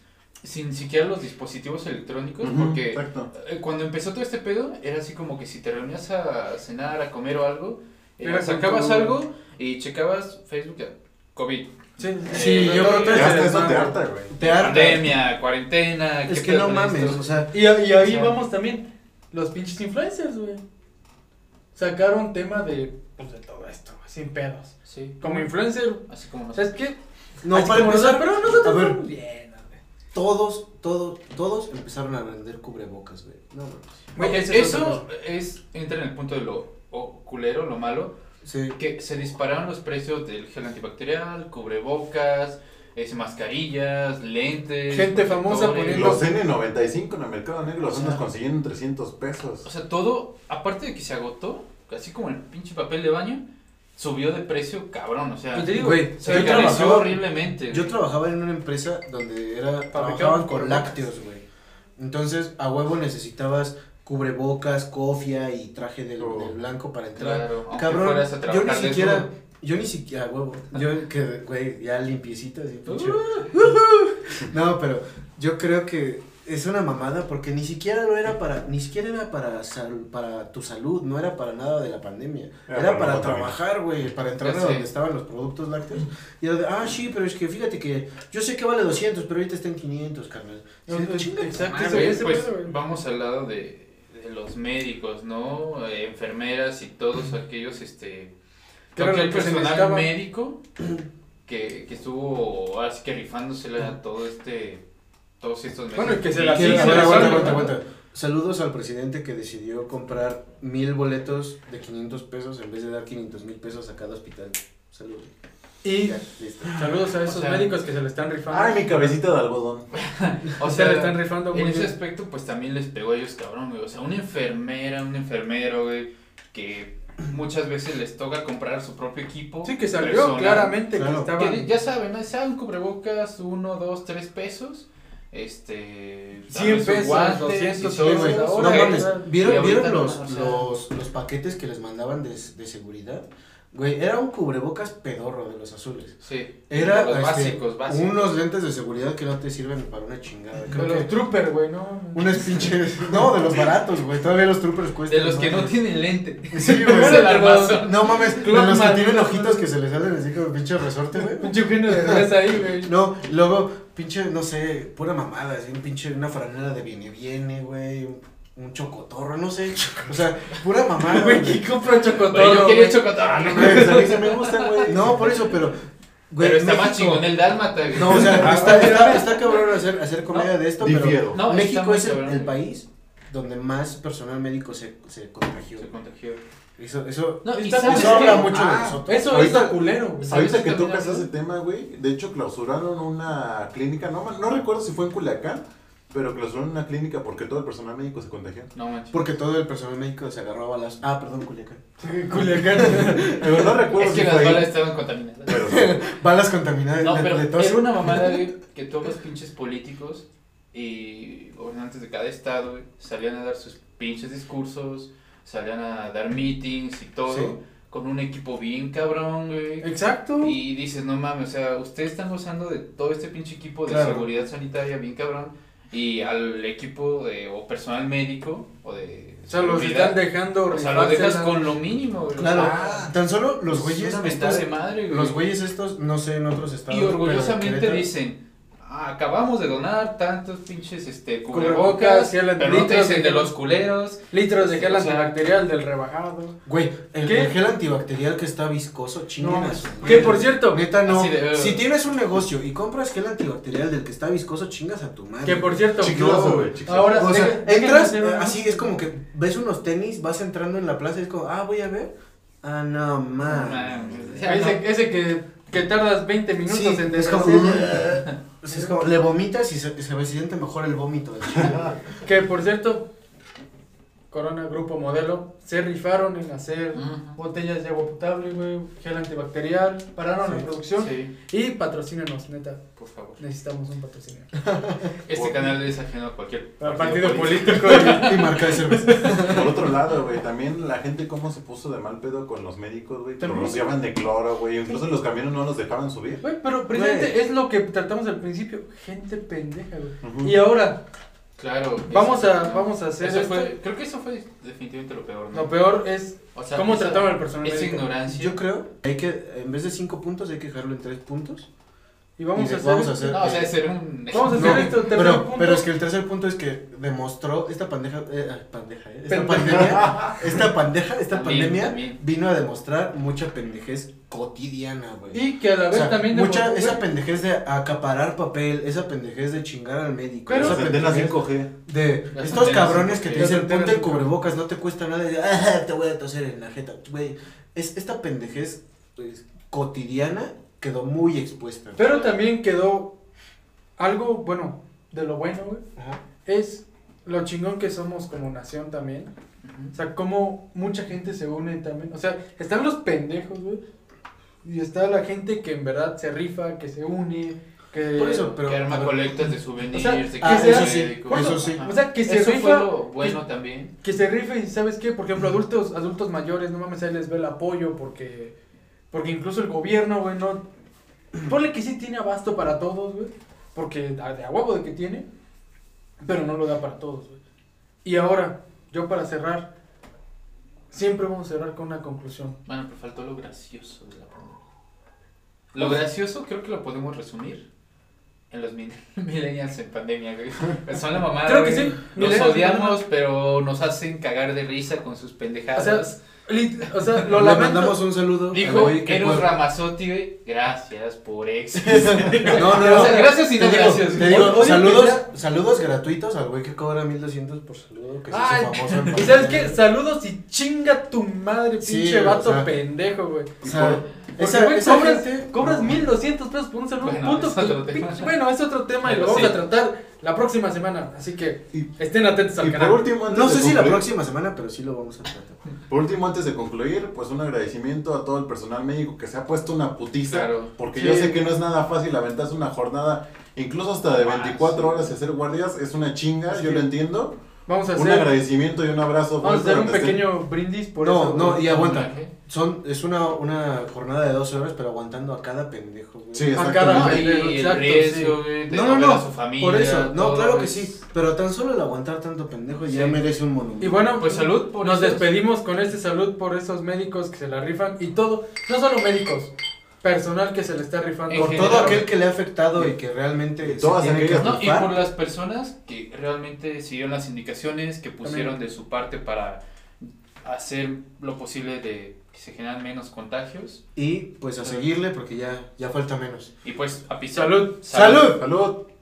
Speaker 3: sin siquiera los dispositivos electrónicos,
Speaker 4: Ujú,
Speaker 3: Pues porque
Speaker 4: Exacto.
Speaker 3: eh, cuando empezó todo este pedo, era así como que si te reunías a cenar, a comer o algo, eh,
Speaker 2: Era con
Speaker 3: sacabas
Speaker 2: tu-
Speaker 3: algo y checabas Facebook, ya, COVID.
Speaker 2: Sí,
Speaker 3: Sí,
Speaker 2: yo
Speaker 3: yo
Speaker 2: creo
Speaker 3: creo
Speaker 2: que
Speaker 4: Ya hasta eso te harta, güey.
Speaker 1: Te harta.
Speaker 3: Pandemia, cuarentena.
Speaker 1: Es
Speaker 3: ¿qué
Speaker 1: que
Speaker 3: pedo
Speaker 1: no
Speaker 3: con
Speaker 1: mames,
Speaker 3: esto?
Speaker 1: o sea,
Speaker 2: Y, a- y ahí
Speaker 3: Sí.
Speaker 2: vamos también, los pinches influencers, güey. Sacaron tema de, pues, de todo esto, güey, sin pedos.
Speaker 3: Sí.
Speaker 2: Como influencer,
Speaker 3: Así como
Speaker 2: o
Speaker 3: nos-
Speaker 2: sea, es que...
Speaker 1: no,
Speaker 2: así
Speaker 1: para
Speaker 2: como
Speaker 1: empezar,
Speaker 2: nos- pero nosotros
Speaker 1: a ver.
Speaker 2: estamos bien, güey.
Speaker 1: todos, todos, todos empezaron a vender cubrebocas, güey. No, mames.
Speaker 3: Güey,
Speaker 2: No,
Speaker 3: es-
Speaker 2: esa es
Speaker 3: eso
Speaker 2: otra
Speaker 3: es, entra en el punto de lo o- culero, lo malo,
Speaker 1: Sí.
Speaker 3: que se dispararon los precios del gel antibacterial, cubrebocas, es, mascarillas, lentes.
Speaker 2: Gente famosa
Speaker 3: protectores.
Speaker 2: poniendo-
Speaker 4: Los N95 en el mercado negro los
Speaker 3: O
Speaker 4: andas
Speaker 3: sea-
Speaker 4: consiguiendo en 300 pesos.
Speaker 3: O sea, todo, aparte de que se agotó, así como el pinche papel de baño, subió de precio cabrón, o sea,
Speaker 2: Pues te digo,
Speaker 1: Güey,
Speaker 3: se
Speaker 1: yo
Speaker 3: encareció
Speaker 1: trabajaba,
Speaker 3: horriblemente.
Speaker 1: yo
Speaker 3: güey.
Speaker 1: trabajaba en una empresa donde era,
Speaker 2: Fabricaban
Speaker 1: trabajaban con
Speaker 2: cubrebocas.
Speaker 1: lácteos, güey. Entonces, a huevo necesitabas cubrebocas, cofia y traje del,
Speaker 4: Oh.
Speaker 1: del blanco para entrar.
Speaker 3: Claro, aunque
Speaker 1: Cabrón,
Speaker 3: fueras a
Speaker 1: yo
Speaker 3: trabajar
Speaker 1: ni
Speaker 3: desnudo.
Speaker 1: siquiera, yo ni siquiera, a huevo, yo que, güey, ya limpiecito, así, pinche.
Speaker 3: Uh-huh.
Speaker 1: No, pero yo creo que es una mamada porque ni siquiera no era para, ni siquiera era para, sal- para tu salud, no era para nada de la pandemia.
Speaker 4: Era
Speaker 1: Era,
Speaker 4: para
Speaker 1: para
Speaker 4: no contaminar.
Speaker 1: trabajar, güey, para entrar
Speaker 3: Ya
Speaker 1: a
Speaker 3: sé.
Speaker 1: donde estaban los productos lácteos. Y era de, ah, sí, pero es que fíjate que yo sé que vale 200, pero ahorita está en 500, carnal.
Speaker 2: No,
Speaker 1: Sí,
Speaker 3: pues,
Speaker 2: no,
Speaker 1: chinga tu
Speaker 2: exacto,
Speaker 1: madre.
Speaker 2: eso
Speaker 3: Güey,
Speaker 2: ese
Speaker 3: pues,
Speaker 2: pedo, güey.
Speaker 3: vamos al lado de, de los médicos, ¿no? Eh, enfermeras y todos aquellos, este,
Speaker 2: Claro,
Speaker 3: todo aquel
Speaker 2: que se
Speaker 3: personal
Speaker 2: necesitaba.
Speaker 3: médico que, que estuvo así que rifándosele a todo este, todos estos meses.
Speaker 2: Bueno, y que se
Speaker 3: Y
Speaker 2: la
Speaker 1: Sí,
Speaker 2: Sí,
Speaker 1: a
Speaker 2: sí,
Speaker 1: ver,
Speaker 2: sí,
Speaker 1: aguanta,
Speaker 2: sí,
Speaker 1: aguanta,
Speaker 2: sí.
Speaker 1: aguanta. Saludos al presidente que decidió comprar mil boletos de 500 pesos en vez de dar 500 mil pesos a cada hospital. Saludos.
Speaker 2: Y
Speaker 1: Ya, listo.
Speaker 2: saludos a esos
Speaker 3: O sea-
Speaker 2: médicos que se le están rifando.
Speaker 4: Ay, mi cabecita de algodón.
Speaker 3: Pues O
Speaker 2: se
Speaker 3: sea,
Speaker 2: le están rifando muy
Speaker 3: En ese
Speaker 2: bien.
Speaker 3: aspecto, pues también les pegó a ellos, cabrón, güey. O sea, una enfermera, un enfermero, güey, que muchas veces les toca comprar su propio equipo.
Speaker 2: Sí, que salió
Speaker 3: personal.
Speaker 2: claramente
Speaker 1: Claro.
Speaker 2: que
Speaker 3: Que
Speaker 2: estaban...
Speaker 3: di- ya saben, ¿no? Saben cubrebocas, uno, dos, tres pesos. Este. tal
Speaker 2: 100
Speaker 3: vez un
Speaker 2: pesos,
Speaker 3: guante,
Speaker 2: 200
Speaker 3: y
Speaker 1: Sí, güey.
Speaker 3: todo,
Speaker 1: No
Speaker 2: Ahora,
Speaker 3: güey.
Speaker 1: mames.
Speaker 2: güey.
Speaker 3: Y
Speaker 1: ¿Vieron,
Speaker 3: ahorita
Speaker 1: vieron
Speaker 3: no,
Speaker 1: los,
Speaker 3: o sea.
Speaker 1: los, los paquetes que les mandaban de, de seguridad? Güey, era un cubrebocas pedorro de los azules.
Speaker 3: Sí.
Speaker 1: Era
Speaker 3: Los
Speaker 1: este,
Speaker 3: básicos, básicos.
Speaker 1: unos lentes de seguridad que no te sirven para una chingada.
Speaker 2: De
Speaker 1: Creo
Speaker 2: los
Speaker 1: que
Speaker 2: troopers, güey, ¿no?
Speaker 1: unos pinches. No, de los baratos, güey. Todavía los troopers cuestan.
Speaker 3: De los que no tienen lente.
Speaker 1: este Sí, güey.
Speaker 3: Se la armazón.
Speaker 1: No mames, de
Speaker 2: Clon
Speaker 1: los que
Speaker 2: Man.
Speaker 1: tienen ojitos que se les salen así como pinche resorte, güey.
Speaker 2: Pinche Eugenio de Derbez ahí, güey.
Speaker 1: No, luego, pinche, no sé, pura mamada, así, un pinche, una franela de viene, viene, güey, un, un chocotorro, no sé, o sea, pura mamada,
Speaker 2: Güey,
Speaker 1: güey.
Speaker 2: ¿quién compra
Speaker 3: Ah, Güey,
Speaker 2: chocotorro,
Speaker 3: yo quería
Speaker 2: güey?
Speaker 3: chocotorro. no mames.
Speaker 4: Pues a mí se me gusta, güey.
Speaker 1: No, por eso, pero, güey,
Speaker 3: Pero está más
Speaker 1: México-
Speaker 3: chingón el dálmata, güey.
Speaker 1: No, o sea, está, está, está cabrón hacer, hacer comedia de esto,
Speaker 4: Difiero.
Speaker 1: pero
Speaker 3: No, está
Speaker 1: México
Speaker 3: muy
Speaker 1: es el,
Speaker 3: cabrón,
Speaker 1: el
Speaker 3: güey.
Speaker 1: país donde más personal médico se, se contagió.
Speaker 3: Se contagió.
Speaker 1: Eso, eso,
Speaker 3: No, y
Speaker 2: Está
Speaker 3: sabes
Speaker 1: eso habla
Speaker 3: qué?
Speaker 1: mucho de
Speaker 4: Ah,
Speaker 1: nosotros.
Speaker 2: Eso
Speaker 4: Ahorita-
Speaker 2: es culero, güey.
Speaker 3: ¿Sabes
Speaker 4: Ahorita que
Speaker 3: también
Speaker 4: tocas
Speaker 3: algo?
Speaker 4: ese tema, güey, de hecho clausuraron una clínica, no, no recuerdo si fue en Culiacán, pero clausuraron una clínica porque todo el personal médico se contagió.
Speaker 3: No manches.
Speaker 1: Porque todo el personal médico se agarró a balas. Ah, perdón, Culiacán.
Speaker 2: Culiacán.
Speaker 4: Pero no recuerdo
Speaker 3: Es que
Speaker 4: si
Speaker 3: las
Speaker 4: fue
Speaker 3: balas
Speaker 4: ahí,
Speaker 3: estaban contaminadas.
Speaker 4: pero sí.
Speaker 1: Balas contaminadas.
Speaker 3: No,
Speaker 1: de-
Speaker 3: pero
Speaker 1: de tos.
Speaker 3: era una mamada, güey, que todos los pinches políticos y gobernantes de cada estado, güey, salían a dar sus pinches discursos, salían a dar meetings y todo,
Speaker 1: Sí.
Speaker 3: con un equipo bien cabrón, güey.
Speaker 2: Exacto.
Speaker 3: Y dices, no mames, o sea, ustedes están gozando de todo este pinche equipo de
Speaker 1: Claro.
Speaker 3: seguridad sanitaria bien cabrón y al equipo de, o personal médico o de...
Speaker 2: O sea, los
Speaker 3: seguridad,
Speaker 2: están dejando
Speaker 3: o sea, lo dejas
Speaker 2: rifársela.
Speaker 3: con lo mínimo, güey.
Speaker 1: Claro,
Speaker 3: Ah,
Speaker 1: tan solo los
Speaker 3: es
Speaker 1: güeyes
Speaker 3: una mentada
Speaker 1: estos,
Speaker 3: de madre, güey.
Speaker 1: los güeyes estos, no sé, en otros estados.
Speaker 3: Y
Speaker 1: pero en
Speaker 3: orgullosamente
Speaker 1: Querétaro-
Speaker 3: dicen, "Ah, acabamos de donar tantos pinches este,
Speaker 2: Cubrebocas,
Speaker 3: cubrebocas,
Speaker 2: gel
Speaker 3: pero no te
Speaker 2: antibacterial.
Speaker 3: dicen de los culeros.
Speaker 2: Litros de gel
Speaker 3: O sea-
Speaker 2: antibacterial del rebajado.
Speaker 1: Güey, el,
Speaker 2: ¿Qué?
Speaker 1: el gel antibacterial que está viscoso,
Speaker 2: No,
Speaker 1: chingón.
Speaker 2: que por cierto,
Speaker 1: Neta, no.
Speaker 3: Así de- eh.
Speaker 1: si tienes un negocio y compras gel antibacterial del que está viscoso, chingas a tu madre.
Speaker 2: que por cierto,
Speaker 4: Chiquitoso,
Speaker 2: no,
Speaker 4: güey, chiquitoso.
Speaker 2: ahora
Speaker 1: O sea,
Speaker 2: dejen- déjenme
Speaker 1: entras,
Speaker 2: hacer una-
Speaker 1: así es como que ves unos tenis, vas entrando en la plaza y es como, ah, voy a ver. Ah, no,
Speaker 3: mames.
Speaker 1: mames.
Speaker 3: Ya,
Speaker 2: Ese, ese que, que tardas 20 minutos
Speaker 1: Sí,
Speaker 2: en
Speaker 1: es como,
Speaker 2: deshacer.
Speaker 1: o sea, es como, le vomitas y se, se siente mejor el vómito. de chingada.
Speaker 2: Que por cierto, Corona Grupo Modelo se rifaron en hacer
Speaker 3: Ujú.
Speaker 2: botellas de agua potable, güey, gel antibacterial, pararon la
Speaker 1: Sí,
Speaker 2: producción
Speaker 3: Sí,
Speaker 2: y patrocínenos, neta,
Speaker 3: por favor.
Speaker 2: necesitamos un patrocinio.
Speaker 3: Este canal es ajeno a cualquier
Speaker 2: Partido político.
Speaker 1: y marca de cerveza.
Speaker 4: Por otro lado, güey, también la gente cómo se puso de mal pedo con los médicos, güey, que
Speaker 2: También.
Speaker 4: los llevan de cloro, güey, incluso los camiones no los dejaban subir.
Speaker 2: Güey, pero precisamente
Speaker 1: Güey.
Speaker 2: es lo que tratamos al principio, gente pendeja, güey.
Speaker 1: Mm.
Speaker 4: Ujú.
Speaker 2: Y ahora,
Speaker 3: Claro.
Speaker 2: vamos
Speaker 3: eso-
Speaker 2: a,
Speaker 3: no.
Speaker 2: vamos a hacer
Speaker 3: Eso
Speaker 2: esto.
Speaker 3: fue, creo que eso fue definitivamente lo peor, ¿no?
Speaker 2: Lo peor es
Speaker 3: O sea,
Speaker 2: cómo
Speaker 3: esa-
Speaker 2: trataban al personal
Speaker 3: Esa
Speaker 2: médico.
Speaker 3: ignorancia.
Speaker 1: Yo creo que hay que, en vez de cinco puntos, hay que dejarlo en tres puntos.
Speaker 2: Y vamos
Speaker 1: Y
Speaker 2: a
Speaker 1: les
Speaker 2: hacer.
Speaker 1: vamos a hacer-
Speaker 3: No, o sea, ser un.
Speaker 2: Vamos a hacer
Speaker 1: No,
Speaker 2: esto, tercer
Speaker 1: pero,
Speaker 2: punto.
Speaker 1: pero es que el tercer punto es que demostró esta pandeja, eh, ah, pandeja, eh, esta
Speaker 2: Pendeja.
Speaker 1: pandemia, esta pandeja, esta
Speaker 3: También,
Speaker 1: pandemia
Speaker 3: también.
Speaker 1: vino a demostrar mucha pendejez cotidiana, güey.
Speaker 2: Y que a la
Speaker 1: O
Speaker 2: vez
Speaker 1: sea,
Speaker 2: también.
Speaker 1: mucha,
Speaker 2: demostró-
Speaker 1: esa pendejez de acaparar papel, esa pendejez de chingar al médico,
Speaker 2: Pero-
Speaker 1: esa
Speaker 4: Las antenas
Speaker 1: pendejez
Speaker 4: 5G.
Speaker 1: de
Speaker 3: Las
Speaker 1: estos
Speaker 3: antenas
Speaker 1: cabrones que te
Speaker 3: cinco,
Speaker 2: las
Speaker 1: dicen
Speaker 2: antenas
Speaker 1: ponte el
Speaker 2: cinco".
Speaker 1: cubrebocas, no te cuesta nada, y, "Ah, te voy a toser en la jeta, güey. Es esta pendejez pues, cotidiana quedó muy expuesta.
Speaker 2: Pero también quedó algo bueno de lo bueno, güey.
Speaker 1: Ajá.
Speaker 2: Es lo chingón que somos como nación también. O sea, como mucha gente se une también. O sea, están los pendejos, güey. Y está la gente que en verdad se rifa, que se une, que...
Speaker 1: Por eso, pero
Speaker 3: Que arma
Speaker 1: a ver,
Speaker 3: colectas de souvenirs,
Speaker 2: O sea,
Speaker 3: de
Speaker 1: ah,
Speaker 3: kits
Speaker 2: eso
Speaker 3: de
Speaker 2: sí,
Speaker 3: médicos.
Speaker 1: eso sí.
Speaker 3: Ajá.
Speaker 2: O sea, que se
Speaker 3: Eso fue
Speaker 2: rifa-
Speaker 3: lo bueno también.
Speaker 2: Que se rife y, ¿sabes qué? Por ejemplo, adultos adultos mayores, no mames, ahí les ve el apoyo porque... Porque incluso el gobierno, güey, no... Ponle que sí tiene abasto para todos, güey. Porque a- de a huevo de que tiene. Pero no lo da para todos, güey. Y ahora, yo para cerrar... Siempre vamos a cerrar con una conclusión.
Speaker 3: Bueno, pero faltó lo gracioso de la pandemia. Lo gracioso creo que lo podemos resumir en los min- millennials en pandemia, güey. Pues Son la mamada.
Speaker 2: Creo que
Speaker 3: güey.
Speaker 2: sí.
Speaker 3: Nos
Speaker 2: millennials,
Speaker 3: odiamos, pero nos hacen cagar de risa con sus pendejadas.
Speaker 2: O sea, Lit- O sea, lo
Speaker 1: Le
Speaker 2: lamento.
Speaker 1: mandamos un saludo. al
Speaker 3: Dijo
Speaker 1: güey que
Speaker 3: Eros
Speaker 1: puede-
Speaker 3: Ramazotti, güey. Gracias por éxito.
Speaker 1: No, no,
Speaker 3: O sea,
Speaker 1: no.
Speaker 3: gracias y no
Speaker 1: Te digo-
Speaker 3: gracias.
Speaker 1: Te digo,
Speaker 2: Oye,
Speaker 1: saludos,
Speaker 2: que
Speaker 1: saludos gratuitos al güey que cobra 1200 por saludo, que se hizo
Speaker 2: Ay,
Speaker 1: famoso. en
Speaker 2: ¿Y sabes
Speaker 1: pandemia.
Speaker 2: qué? Saludos y chinga tu madre,
Speaker 1: Sí,
Speaker 2: pinche vato
Speaker 1: o sea,
Speaker 2: pendejo, güey.
Speaker 1: O sea,
Speaker 2: Porque,
Speaker 1: esa,
Speaker 2: güey,
Speaker 1: esa
Speaker 2: cobras,
Speaker 1: gente-
Speaker 2: cobras 1200 pesos por un saludo.
Speaker 3: Bueno,
Speaker 2: puto,
Speaker 3: es otro
Speaker 2: tu
Speaker 3: tema.
Speaker 2: pinche- bueno, es otro tema y lo
Speaker 3: Pero
Speaker 2: vamos
Speaker 3: sí.
Speaker 2: a tratar la próxima semana. Así que
Speaker 4: Y-
Speaker 2: estén atentos al
Speaker 4: Y por
Speaker 2: canal.
Speaker 4: último, antes
Speaker 1: No
Speaker 4: de
Speaker 1: sé si la
Speaker 4: concluir-
Speaker 1: próxima semana, pero sí lo vamos a tratar.
Speaker 4: Por último, antes de concluir, pues un agradecimiento a todo el personal médico que se ha puesto una putiza.
Speaker 3: Claro.
Speaker 4: Porque
Speaker 2: Sí.
Speaker 4: yo sé que no es nada fácil aventarse una jornada, incluso hasta de
Speaker 3: Ah,
Speaker 4: 24
Speaker 3: sí.
Speaker 4: horas y hacer guardias. Es una chinga,
Speaker 2: Es
Speaker 4: yo
Speaker 2: que-
Speaker 4: lo entiendo.
Speaker 2: Vamos a
Speaker 4: Un
Speaker 2: hacer,
Speaker 4: agradecimiento y un abrazo.
Speaker 2: vamos a
Speaker 4: fuerte
Speaker 2: hacer un
Speaker 4: donde estén.
Speaker 2: pequeño brindis por
Speaker 1: No,
Speaker 2: eso.
Speaker 1: no,
Speaker 2: güey.
Speaker 1: y aguanta. Son, es una, una jornada de 12 horas, pero aguantando a cada pendejo. güey.
Speaker 4: Sí,
Speaker 2: A
Speaker 4: exactamente.
Speaker 2: cada
Speaker 3: No, y el
Speaker 2: Exacto,
Speaker 3: riesgo, güey, de
Speaker 1: No, no,
Speaker 3: ver a
Speaker 1: no,
Speaker 3: su familia.
Speaker 1: Por eso, no,
Speaker 3: todo
Speaker 1: claro que
Speaker 3: es-
Speaker 1: sí. Pero tan solo el aguantar tanto pendejo ya
Speaker 3: Sí.
Speaker 1: merece un monumento.
Speaker 2: Y bueno,
Speaker 3: Pues salud por
Speaker 2: nos
Speaker 3: esos.
Speaker 2: despedimos con este salud por esos médicos que se la rifan y todo, no solo médicos, personal que se le está rifando.
Speaker 3: En
Speaker 1: por todo
Speaker 3: general,
Speaker 1: aquel que le ha afectado y que realmente. se
Speaker 4: todas
Speaker 1: tiene que
Speaker 4: aquellas-
Speaker 3: No, y
Speaker 1: rifar.
Speaker 3: por las personas que realmente siguieron las indicaciones, que pusieron
Speaker 2: También.
Speaker 3: de su parte para hacer lo posible de que se generan menos contagios.
Speaker 1: Y pues a seguirle porque ya, ya falta menos.
Speaker 3: Y pues, a pisar.
Speaker 2: Salud.
Speaker 4: Salud.